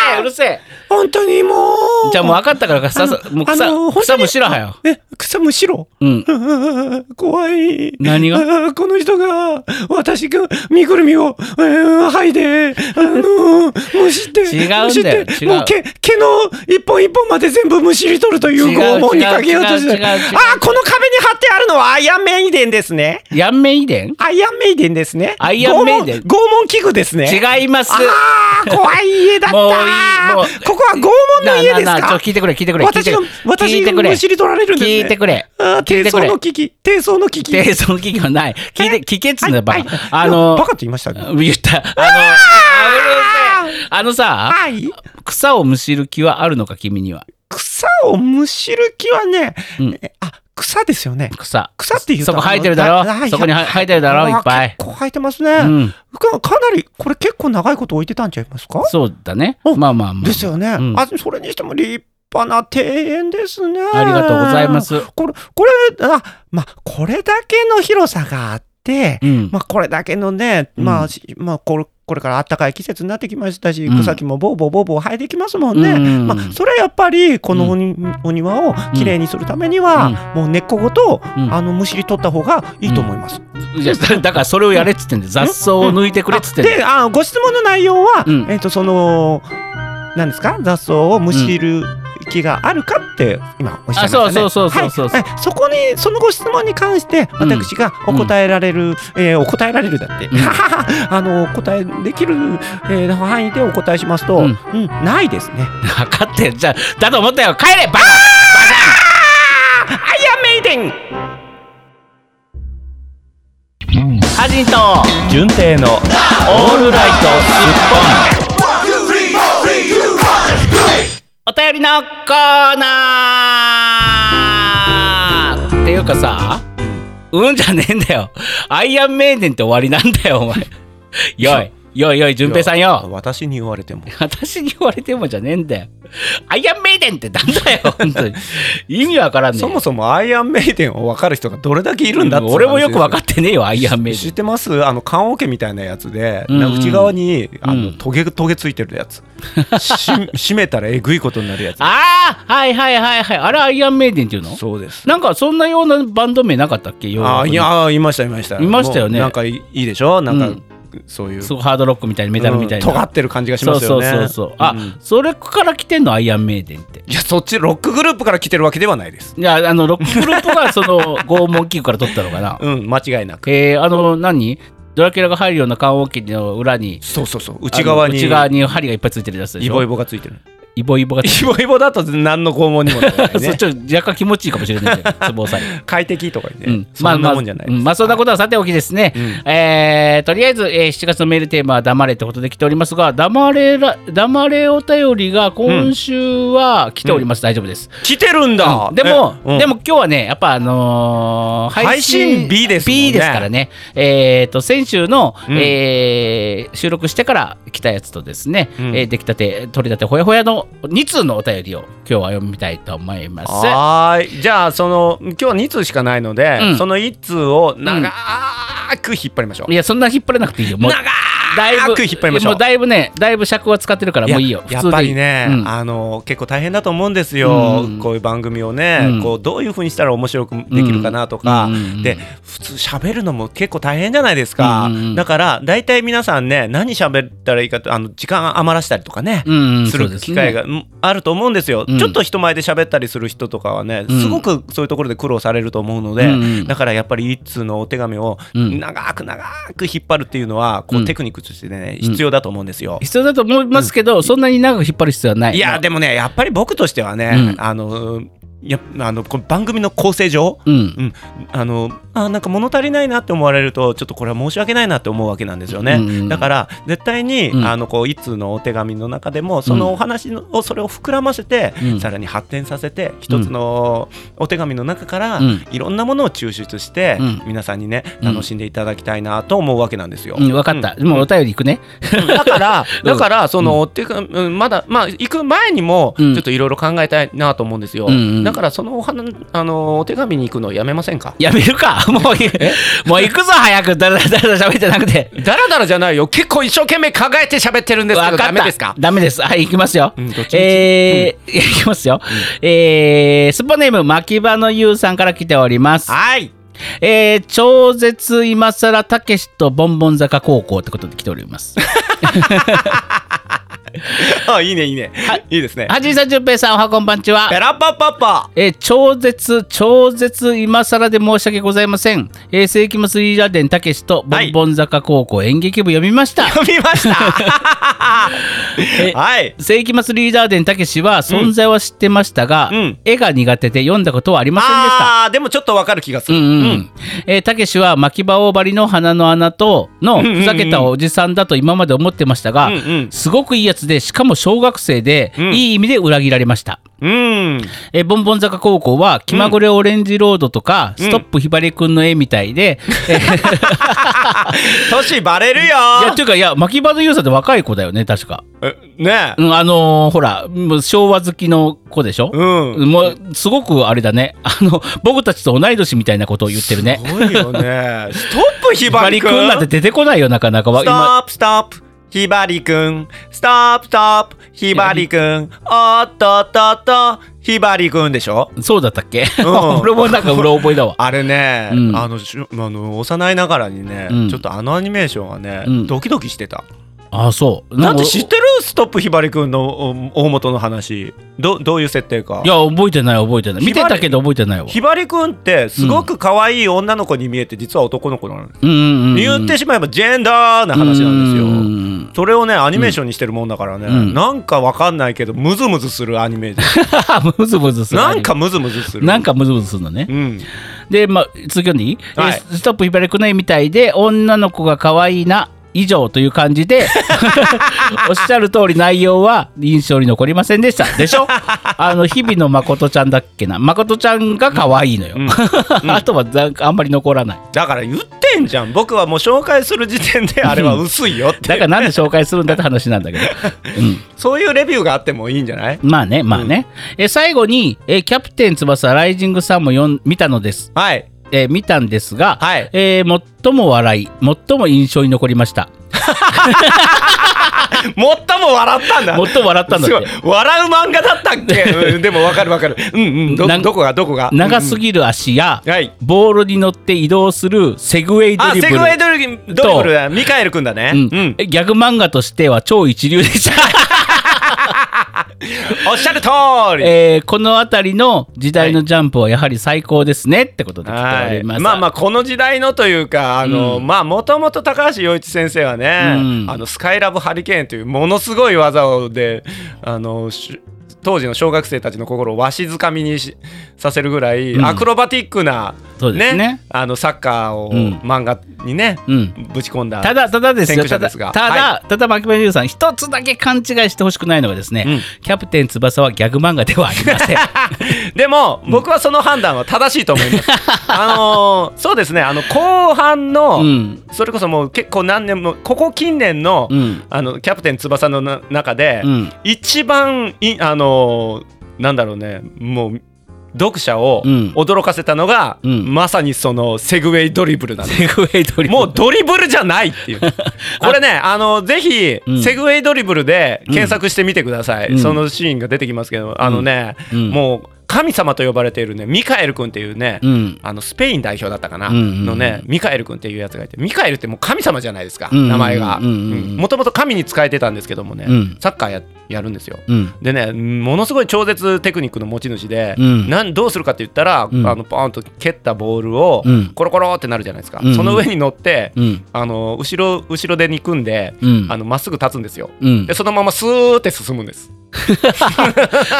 前あうーるせえ。本当にもうじゃあもう分かったから草あさ、のもうあ草の、本草当にむしろはよ。え草むしろうん。あー怖い何があーこの人が私が身ぐるみを、えー、剥いであのーむしって違うんだよむしって違うもう毛毛の一本一本まで全部むしり取るとい違うう拷問に違うかけようとして違う違う違うあーこの壁に貼ってあるのはアイアンメイデンですねヤンメイデンアイアンメイデンですねアイアンメイデン拷問拷問器具ですね違います。ああ怖い家だったもういいもうここは拷問の家ですかなあなあなあちょっと聞いてくれ、聞いてくれ。私が聞いてくれ聞私いてがくれむしり取られるんですね聞いてくれ。あー聞いて低く層れの。危機低層の危機低層の企業ない。聞いて、聞けっつうんだよ、バはいカはい。あのバカって言いましたうん (laughs) 言った。あの、あうるせえあのさ、はい草をむしる気はあるのか、君には。草をむしる気はね、うんえあ草ですよね草。草って言うとそこ生えてるあだのろ。いそこには生えてるだろ、いっぱいあ。結構生えてますね、うんかかなりこれ結構長いこと置いてたんちゃいますかそうだね。おまあまあまあ。ですよね、うんあそれにしても立派な庭園ですねありがとうございますこれこれあまあこれだけの広さがあって、うんまあこれだけのね、うんまあしまあこれこれから暖かい季節になってきましたし、うん草木もぼうぼうぼうぼう生えてきますもんね。うんまあ、それはやっぱりこのお,、お庭をきれいにするためには、もう根っこごと、うんあのむしり取った方がいいと思います。いやだだからそれをやれっつってんだよ。雑草を抜いてくれっつってんだよ。であのご質問の内容は、うんえっ、とその何ですか雑草をむしる気があるかって今おっしゃいましたね。あそうそうそうそうそうはいえそこにそのご質問に関してん私がお答えられる、えーお答えられるだって、 (laughs) あのお答えできる、えー範囲でお答えしますと、ううんんないですね。分かってんじゃんだと思ったよ。帰れバカアイアンメイデンハジンと純正のオールライトスッポン。お便便りのコーナーっていうかさ、うんじゃねえんだよ。アイアンメイデンって終わりなんだよ、お前。よい、よいよい、淳平さんよ。私に言われても私に言われてもじゃねえんだよ。アイアンメイデンってなんだよ、本当に。意味わからんねえ (laughs) そもそもアイアンメイデンを分かる人がどれだけいるんだって、俺もよく分かってねえよ、アイアンメイ知デっン。てますあの棺桶みたいなやつで、うんうんなんか内側にあの、うんトゲトゲついてるやつ (laughs) し閉めたらえぐいことになるやつああ、はいはいはいはい。あれ、アイアンメイデンっていうのそうですなんか、そんなようなバンド名なかったっけ洋楽のあーいやあーいましたいましたいましたよねもうなんかいいいいでしょなんか、うんそういうすごいハードロックみたいなメタルみたいな、うん尖ってる感じがしますよねそうそうそうそうあ、うんそれから来てんのアイアンメイデンっていやそっちロックグループから来てるわけではないですいやあのロックグループがそ (laughs) の拷問器具から取ったのかな、うん間違いなくえー、あの何ドラキュラが入るような棺桶の裏にそうそうそう内側あのに内側に針がいっぱいついてるやつでしイょボイボがついてるイボイボがついてイボイボだと何の拷問にもならなる、い (laughs) ねそうちょっと若干気持ちいいかもしれ (laughs) ないけどツボ押さえ快適とかう言っんてそんなもんじゃないまあまあうんまあそんなことはさておきですね、えーとりあえず、えー7月のメールテーマは「黙れ」ってことで来ておりますが黙れら黙れお便りが今週は来ております、大丈夫です来てるんだでも、えうんでも今日はね、やっぱあのー配信 B ですもんね B ですからね。えっ、と、先週の、うんえー収録してから来たやつとですね、んえー出来たて、取り立てほやほやの2通のお便りを今日は読みたいと思います。はーいじゃあその今日は2通しかないので、うんその1通を長ーく引っ張りましょう、いや、そんな引っ張らなくていいよ。もうだい長ぶく引っ張りましょうもうだいぶね、だいぶ尺は使ってるからもういいよ。や普やっ通ぱでいいりね、うんあの結構大変だと思うんですよ、うんこういう番組をね、うんこうどういうふうにしたら面白くできるかなとか、うんうんで普通喋るのも結構大変じゃないですか、うんうんだから大体皆さんね何喋ったらいいかとあの時間余らしたりとかね、うんうんすそうるです機ね会がうんあると思うんですよ、うんちょっと人前で喋ったりする人とかはね、うんすごくそういうところで苦労されると思うので、うんうんだからやっぱり一通のお手紙をうん長く長く引っ張るっていうのはこうんうテクニックとしてね、必要だと思うんですよ。必要だと思いますけど、そんなに長く引っ張る必要はない。いやでもねやっぱり僕としてはね、うんあのやあのこの番組の構成上、うん。うん、あのあなんか物足りないなって思われるとちょっとこれは申し訳ないなって思うわけなんですよね、うんうんだから絶対に、うんあのこう一通のお手紙の中でもそのお話のをそれを膨らませて、うんさらに発展させて一つのお手紙の中から、うんいろんなものを抽出して、うん皆さんにねうん楽しんでいただきたいなと思うわけなんですよ。うん、分かった。もうお便り行くね。だから、 (laughs) うんだから、その、っていうか、うんまだ、まあ、行く前にも、うちんょっといろいろ考えたいなと思うんですよ。うんうんだから、そのお花、あの、お手紙に行くのやめませんか。やめるか (laughs) もういい、もう行くぞ早くだらだらだら喋ってなくて。だらだらじゃないよ、結構一生懸命考えて喋ってるんですけわど、かダっメた。ですか。ダメです。はい、行きますよ。うんどっちみちえー、いや行きますよ。えー、スポネーム、牧場のゆうさんから来ております。はい。えー、超絶今更たけしとボンボン坂高校ってことで来ており (laughs) ます。 (laughs) あ、いいね、いいね。いいですね。はじいさん、じゅんぺいさん、おはこんばんちは。ペラパパパ。 (laughs) えー超絶、超絶、今更で申し訳ございません。えー、世紀末リーダー伝たけしと、ボンボン坂高校演劇部読みま (laughs) した。読み (laughs) ました。はい。世紀末リーダー伝たけしは存在は知ってましたが、うんうん絵が苦手で読んだことはありませんでした。ああー、でも、ちょっとわかる気がすうる。んうんうんえーたけしは牧場大張りの鼻の穴とのんうんうんふざけたおじさんだと今まで思ってましたが、うんうんすごくいいやつでしかも小学生で、んいい意味で裏切られました、うん。えーボンボン坂高校は「気まぐれオレンジロード」とか、んストップひばりくん」の絵みたい (laughs) で、えー年バレるよいやというかいや牧場のユーさんって若い子だよね確か、えねえ。うん、あのーほらもう昭和好きの子でしょ、うん。もうすごくあれだねあの僕たちと同い年みたいなことを言ってるねすごいよね。ストップひばりくん。ひばなんて出てこないよなかなかストップストップひばりくん。ストップストップひばりくん。おっとっとっとひばりくんでしょ今そうだったっけ、ん (laughs) 俺もなんかうろ覚えだわあれね、うんあのしゅあの幼いながらにね、うんちょっとあのアニメーションはね、うんドキドキしてた。あそうなだっんてか知ってるストップひばりくんのお大元の話。どどういう設定かい。や覚えてない覚えてない見てたけど覚えてないわひばりくんってすごく可愛い女の子に見えて実は男の子なの。うんうんうん言ってしまえばジェンダーな話なんですよ。うんうんうん (laughs) それをねアニメーションにしてるもんだからね、うんなんかわかんないけどムズムズするアニメーシ (laughs) ムズムズすョンるなんかムズムズするなんかムズムズするのねう、んでまあ続き読んでいい、はいえーストップひばりくんの絵みたいで女の子が可愛いな以上という感じ (laughs) でおっしゃる通り内容は印象に残りませんでしたでし (laughs) ょあの日々の誠ちゃんだっけな誠ちゃんが可愛いのよ、 (laughs) あとはざあんまり残らないだから言ってんじゃん僕はもう紹介する時点であれは薄いよってだからなんで紹介するんだって話なんだ (laughs) けど、うん、そういうレビューがあってもいいんじゃないまあねまあね、え最後に、えキャプテン翼ライジングさんも読ん見たのですはいえー見たんですが、 (laughs) はいえー最も笑い最も印象に残りました最も笑ったんだ最も笑ったんだすごっいて笑う漫画だったっけ、うんでもわかるわかるうんうんどなんどこがどこが長すぎる足や、うんはいボールに乗って移動するセグウェイドあリブセルグウェイドリブルドリブルだミカエル君だね、うんギャグ漫画としては超一流でした、おっしゃる通り、 (laughs) えーこの辺りの時代のジャンプはやはり最高ですねってことで来ておはいります、まあまあこの時代のというかあの、まあもともと高橋陽一先生はね、うんあのスカイラブハリケーンというものすごい技をであのし当時の小学生たちの心をわしづかみにしさせるぐらい、うんアクロバティックな、そうですねあのサッカーをうん漫画にね、うんぶち込んだただただです先よ駆者ただですたがだ、ただ牧村優さん一つだけ勘違いしてほしくないのがですね、うキャプテン翼はギャグ漫画ではありま (laughs) せん (laughs) でも、僕はその判断は正しいと思います。あのーそうですね。あの後半の、うんそれこそもう結構何年もここ近年の、うんあのキャプテン翼のな中で、うん一番いあのーなんだろうね、もう。読者をうん驚かせたのが、うんまさにそのセグウェイドリブルなんですセグウェイドリブルもうドリブルじゃないっ (laughs) ていう。これね、あの、ぜひ、うんセグウェイドリブルで検索してみてください。うんそのシーンが出てきますけど、あのね、うんもう、神様と呼ばれているね、ミカエル君っていうね、うんあのスペイン代表だったかな、うんうんうんのねミカエル君っていうやつがいてミカエルってもう神様じゃないですか、うんうんうん名前がうんうんうんもともと神に使えてたんですけどもね、うんサッカーややるんですよ、うんでねものすごい超絶テクニックの持ち主で、うんなんどうするかって言ったら、うんあのパーンと蹴ったボールをうんコロコロってなるじゃないですか、うんうんその上に乗って、うんあの後ろ後ろで憎んでうんあのまっすぐ立つんですよ、うんでそのままスーって進むんです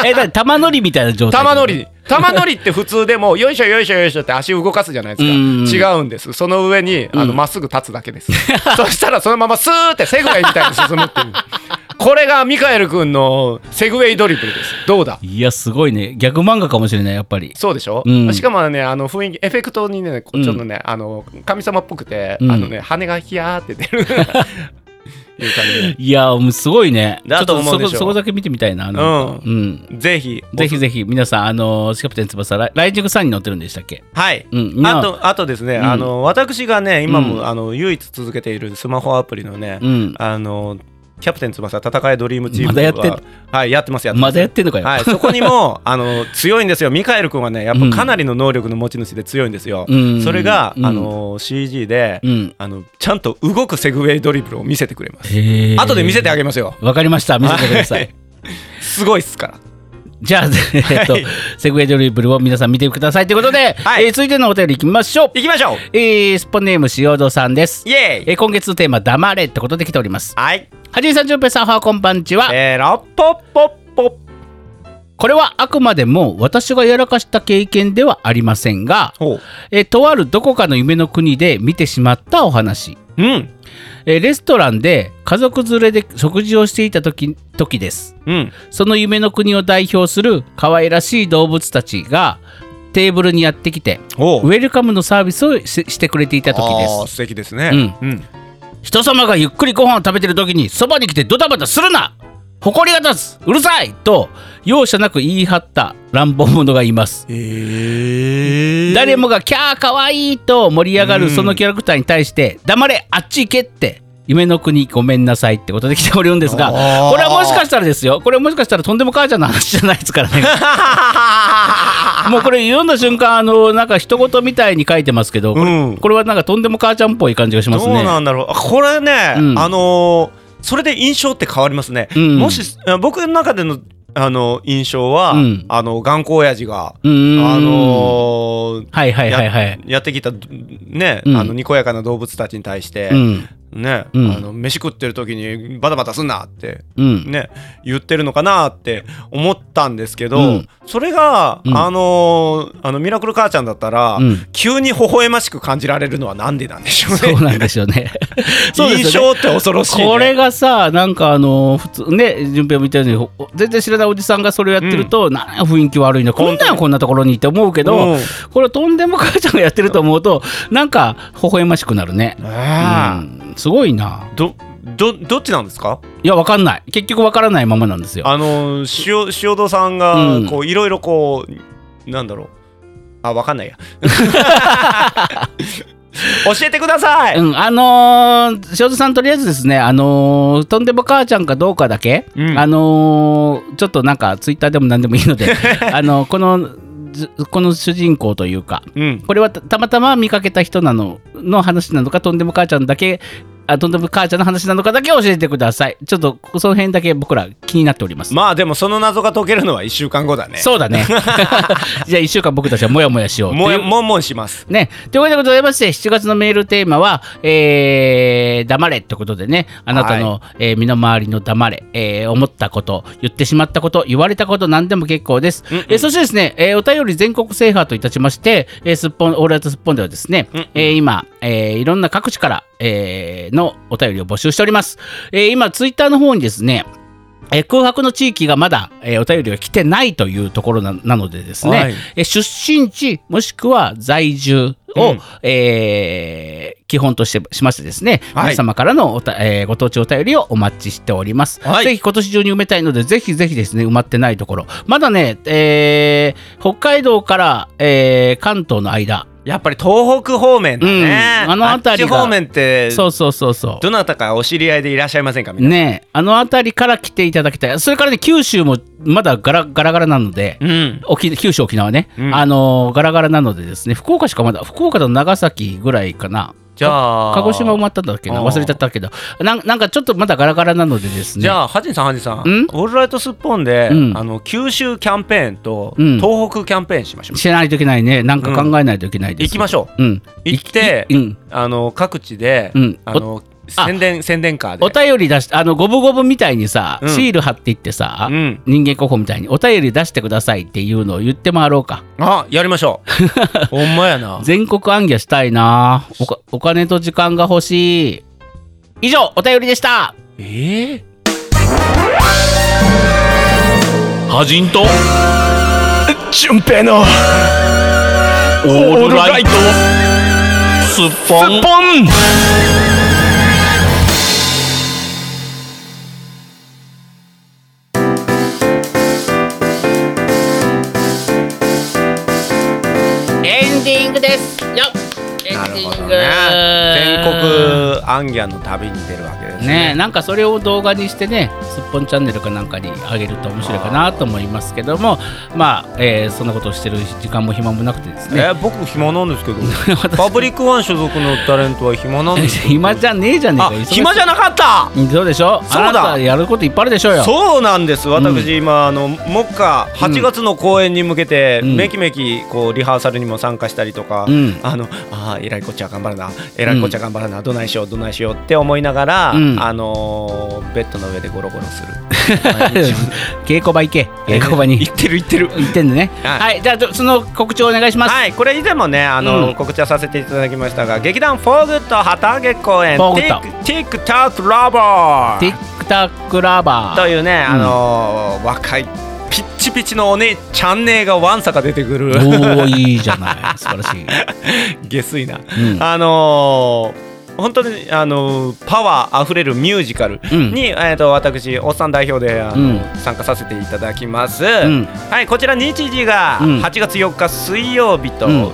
えだから玉乗りみたいな状態玉乗り玉乗りって普通でもよいしょよいしょよいしょって足動かすじゃないですかうん違うんですその上にあのまっすぐ立つだけです (laughs) そしたらそのままスーってセグウェイみたいに進むっていうこれがミカエル君のセグウェイドリブルですどうだいやすごいね逆漫画かもしれないやっぱりそうでしょ、うんしかもねあの雰囲気エフェクトにねこうちょっとね、あの神様っぽくて、うんあのね羽がヒヤーって出るいう感じでいやもうすごいねだと思うでちょしょっそこそこだけ見てみたいななんか (laughs) ううんぜひぜひぜひ皆さんあのーキャプテン翼ライライジングさんに乗ってるんでしたっけはい、うんあとあとですね、んあの私がね今も、うんあの唯一続けているスマホアプリのね、うんあのキャプテン翼戦いドリームチームはまだやってんはいやってますやってますまだやってんのかよ、はい、そこにもあの強いんですよミカエル君はねやっぱかなりの能力の持ち主で強いんですよ、うんそれが、うんあの CG で、うんあのちゃんと動くセグウェイドリブルを見せてくれますへー後で見せてあげますよわかりました見せてくださいすごいっすからじゃあ、えっと、セグウェイドリブルを皆さん見てくださいということで、はいえー続いてのお便りいきましょう行きましょうえースポネーム塩戸さんですイエーイえー今月のテーマ「黙れ」ってことで来ておりますはいはじめさんじゅんぺいさんおはこんばんちはえー、ラッポッポッポッこれはあくまでも私がやらかした経験ではありませんがほうえーとあるどこかの夢の国で見てしまったお話うんえーレストランで家族連れで食事をしていた時時ですうんその夢の国を代表する可愛らしい動物たちがテーブルにやってきてほウェルカムのサービスをししてくれていた時あでーす素敵ですねうん、人様がゆっくりご飯を食べてる時にそばに来てドタバタするな誇りが立つうるさいと容赦なく言い張った乱暴者がいます、誰もがキャーかわいいと盛り上がるそのキャラクターに対して黙れあっち行けって夢の国ごめんなさいってことで来ておるんですがこれはもしかしたらですよこれはもしかしたらとんでも母ちゃんの話じゃないです (laughs) からねもうこれ読んだ瞬間あのなんか一言みたいに書いてますけどこれ,、うんこれはなんかとんでも母ちゃんっぽい感じがしますどうねなんだろうあこれね、うんあのーそれで印象って変わりますね、うんもしあ僕の中でのあの印象は、うんあの頑固親父が、うーんあのーはいはいはいはいややってきたね、うんあのにこやかな動物たちに対して、うんね、うんあの飯食ってる時にバタバタすんなってうんね言ってるのかなって思ったんですけど、うんそれが、うんあのーあのミラクル母ちゃんだったら、うん急に微笑ましく感じられるのはなんでなんでしょうそうね。なんですよ (laughs) ね。そうですよね印象って恐ろしい、ね。これがさなんかあの普通ね順平も言ったようにほ全然知らないおじさんがそれをやってると、なんや雰囲気悪いなこんなんやこんなところにって思うけど、うんこれとんでも母ちゃんがやってると思うとなんか微笑ましくなるね、ああうんすごいなどどどっちなんですか？いやわかんない結局わからないままなんですよあのー塩塩戸さんがうんこういろいろこうなんだろうあわかんない (laughs) や。教えてください。うん、あのー、塩津さんとりあえずですね、あのー、とんでも母ちゃんかどうかだけ、うんあのーちょっとなんかツイッターでも何でもいいの (laughs) で、あのこの、ずこの主人公というか、うん。これはたたまたま見かけた人なのの話なのかとんでも母ちゃんだけあとんでも母ちゃんの話なのかだけ教えてくださいちょっとその辺だけ僕ら気になっております、まあでもその謎が解けるのは1週間後だね。そうだね (laughs) じゃあ1週間僕たちはモヤモヤしようともいやうもんもんします。ね、ということでございまして7月のメールテーマは「えー黙れ」ってことでねあなたの、えー身の回りの黙れ、えー思ったこと言ってしまったこと言われたこと何でも結構です、えーそしてですね、えーお便り全国制覇といたしまして、えーすっぽんオールライトすっぽんではですね、えー今、えーいろんな各地から、えーのお便りを募集しております、えー今ツイッターの方にですねえー空白の地域がまだ、えーお便りが来てないというところななのでですね、はいえー出身地もしくは在住を、えー基本としてしましてですね、はい皆様からのおた、えーご当地お便りをお待ちしております、はいぜひ今年中に埋めたいのでぜひぜひですね埋まってないところまだね、えー北海道から、えー関東の間やっぱり東北方面だね。うんあの辺りあっちが方面ってそうそうそうそうどなたかお知り合いでいらっしゃいませんかみんな。ねえあの辺りから来ていただきたいそれからね九州もまだガラガラガラなので、うん。沖九州沖縄ね、うんあのーガラガラなのでですね福岡しかまだ福岡と長崎ぐらいかなじゃあ鹿児島埋まったんだっけなあー忘れちゃったけどなんなんかちょっとまだガラガラなのでですねじゃあハジンさんハジンさんんオールライトスッポンで、うんあの九州キャンペーンとうん東北キャンペーンしましょう、知らないといけないねなんか考えないといけないです、行きましょううん行ってうんあの各地で、うんあのあ宣伝宣伝カーでお便り出してあの五分五分みたいにさ、うんシール貼っていってさ、うん人間国宝みたいにお便り出してくださいっていうのを言って回ろうかあやりましょ (laughs) うほんまやな全国暗挙したいなおかお金と時間が欲しい以上お便りでしたえー、はじんと順平のオールライトスッポンポンエンディングですよっエなンるデほィどングね全国アンギャンの旅に出るわけですねねえなんかそれを動画にしてね「すっぽんチャンネル」かなんかにあげると面白いかなと思いますけどもまあ、えーそんなことをしてる時間も暇もなくてですねえー僕暇なんですけ (laughs) どパブリックワン所属のタ (laughs) レントは暇なんですけど (laughs) 暇じゃねえじゃねあえか暇じゃなかったゃそうでしょそうだあなたやることいっぱいあるでしょうよそうなんです私、今あの目下8月の公演に向けて、うんめきめきこうリハーサルにも参加したりとか、 (laughs) うんあのあーえらいこっちゃ頑張るなえらいこっちゃ頑張るな、どないしようどないしようって思いながら、うんあのーベッドの上でゴロゴロする (laughs) 稽古場行け稽古場に行ってる行ってる行ってんでねははいい、じゃあちょその告知をお願いします、はい、これ以前もね、あの、うん告知はさせていただきましたが、劇団フォーグッド旗揚げ公演、フォーグッド TikTok ラボー TikTok ラバとーいうね、あのー若いピッチピチのお姉ちゃんねがわんさか出てくるおーいいじゃない素晴らしい、下水うな、ん (laughs) あのー本当にあのーパワーあふれるミュージカルうんに、えー、と私おっさん代表であの、うん参加させていただきます、んはいこちら日時がうん8月4日水曜日と、うん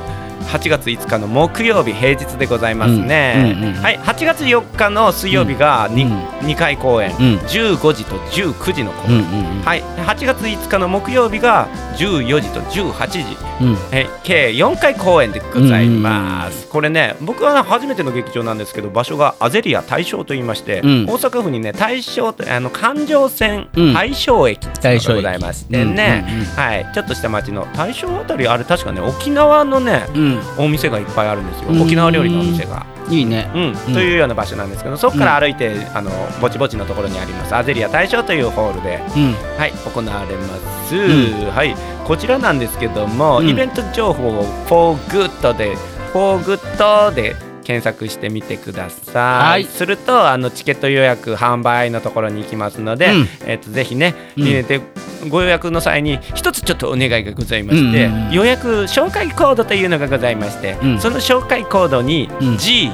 8月5日の木曜日平日でございますね、うんうんうんはい8月4日の水曜日が 2,、う二回公演、うん15時と19時の公うんう演、んはい8月5日の木曜日が14時と18時うんうんはい、計4回公演でございます。これね、僕はね初めての劇場なんですけど、場所がアゼリア大正と言いまして、うん大阪府にね、大正とあの環状線うん大正駅っていうのがございまし大てね、正駅うんうんうんはい、ちょっとした町の大正あたりあれ確かね、沖縄のね、うんうんお店がいっぱいあるんですよ、うん沖縄料理のお店が、いいね。うんというような場所なんですけどそこから歩いて、あのぼちぼちのところにありますアゼリア大賞というホールで、うん。はい、行われます、うはいこちらなんですけども、うんイベント情報を「FORGOOD」で「FORGOOD」で検索してみてください、はいするとあのチケット予約販売のところに行きますので、うんえっとぜひね、うんえーでご予約の際に一つちょっとお願いがございまして、うんうんうん予約紹介コードというのがございまして、うんその紹介コードにうん G3、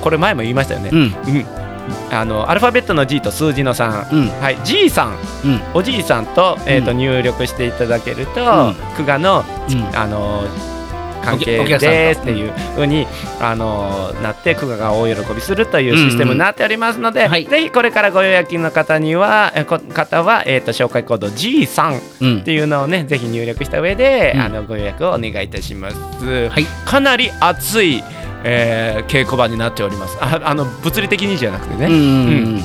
これ前も言いましたよね、うん。うん、あのアルファベットの G と数字の3、うんはい、G さん、うんおじいさんと,、えー、とうん入力していただけると、ん久我の、うんあの関お係客お客さんとですっていうふうに、あのなって久我が大喜びするというシステムになっておりますので、うんうんはいぜひこれからご予約の方にはえこ方は、えー、と紹介コード G3 うんっ。ていうのをねぜひ入力した上で、うんあのご予約をお願いいたします。はいかなり熱い、えー稽古場になっております。ああの物理的にじゃなくてね。うんうん。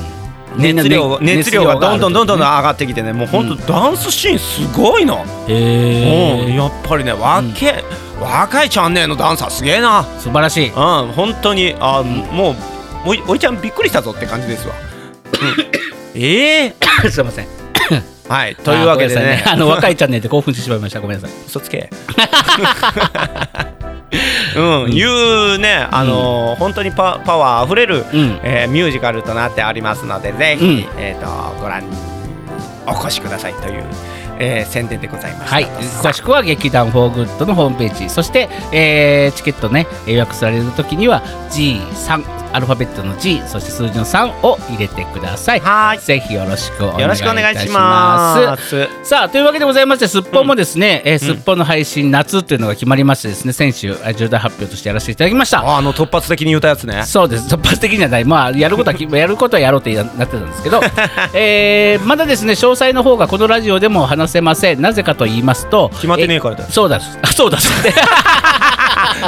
みんな熱ね量熱量がどんどんどんど熱量んがある上がってきてねもうほんとダンスシーンすごいの、とねうへんえ。やっぱりね若え、若いチャンネルのダンサーすげえな素晴らしい。うん本当にあ、もうおいおいちゃんびっくりしたぞって感じですわうんええすいません。はいというわけでねあごめんなさいあの若いチャンネルで興奮してしまいました。ごめんなさい。嘘つけうん、いうね、あのー本当にパパワーあふれる、うんえーミュージカルとなってありますのでぜひ、うんえー、とご覧にお越しくださいという、えー宣伝でございましたはい、詳しくは劇団フォーグッドのホームページそして、えーチケットね予約される時には G3 アルファベットの G そして数字の3を入れてくださいはいぜひよろしくお願いいたしますよろしくお願いしますさあというわけでございましてすっぽんもですね、えーすっぽんの配信夏っていうのが決まりましてですね先週あ重大発表としてやらせていただきましたああの突発的に言ったやつねそうです突発的にはない、まあ、やることは (laughs) きやることはやろうってなってたんですけど、えーまだですね詳細の方がこのラジオでも話せませんなぜかと言いますと決まってねえからだよそうだ (laughs) すあそうだす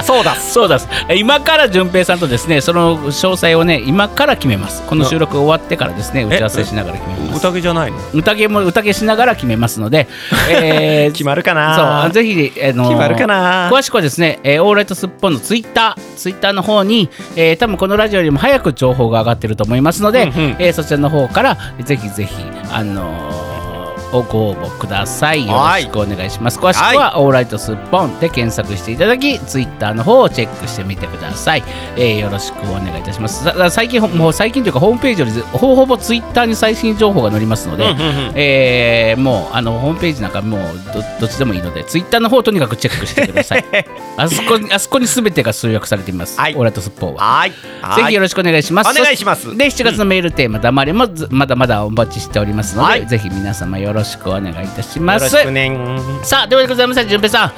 そうだす (laughs) そうだすえ今から順平さんとですねその詳細をね今から決めますこの収録終わってからですね打ち合わせしながら決めます宴じゃないの宴も宴しながら決めますの (laughs) で、えー決まるかなそうぜひ、あのー決まるかな詳しくはですね、えーオールライトスッポンのツイッターツイッターの方に、えー多分このラジオよりも早く情報が上がってると思いますので、えーそちらの方からぜひぜひあのーおご応募くださいよろはいしくお願いします詳しくは「オールライトスッポン」で検索していただきツイッターの方をチェックしてみてください、えーよろしくお願いいたしますさ最近ほもう最近というかホームページよりずほぼほぼツイッターに最新情報が載りますので、えーもうあのホームページなんかもうどどっちでもいいのでツイッターの方をとにかくチェックしてくだ (laughs) さいあそこにあそこに全てが集約されています、はいオールライトスッポンははいぜひよろしくお願いします。お願いしますで、7月のメールテーマ、黙れもずまだまだお待ちしておりますので、はいぜひ皆様よろしくお願いいたします。よろしくねさあ、ということでございまして、淳平さん、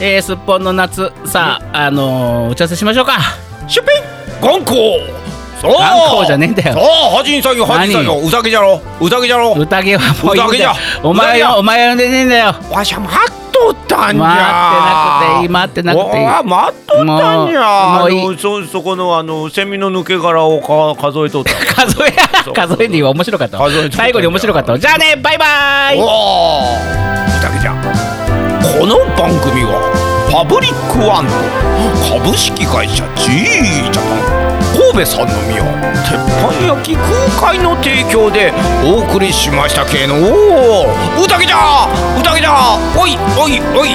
えー、すっぽんの夏、さあ、あのー打ち合わせしましょうか。シュピン眼光そう眼光じゃねえんだよそう恥人作業恥人作業うさぎじゃろうさぎじゃろ宴はもういいんだよ宴じゃお前宴じゃよ、お前呼んでねえんだよ。わしゃ待っとった待んじってなくてゃいい、待ってなくていい。わあ待っとったんじもゃうあもういのそそこのあのセミの抜け殻をか数えとった数え、数えには面白かったわ数えには面白かっ。た最後に面白かったわ。じゃあね、バイバイおおだけじゃこの番組はパブリックワンと株式会社 G ジャパン神戸三宮鉄板焼き空海の提供でお送りしましたけのおおうだけじゃうだけじゃおいおいおい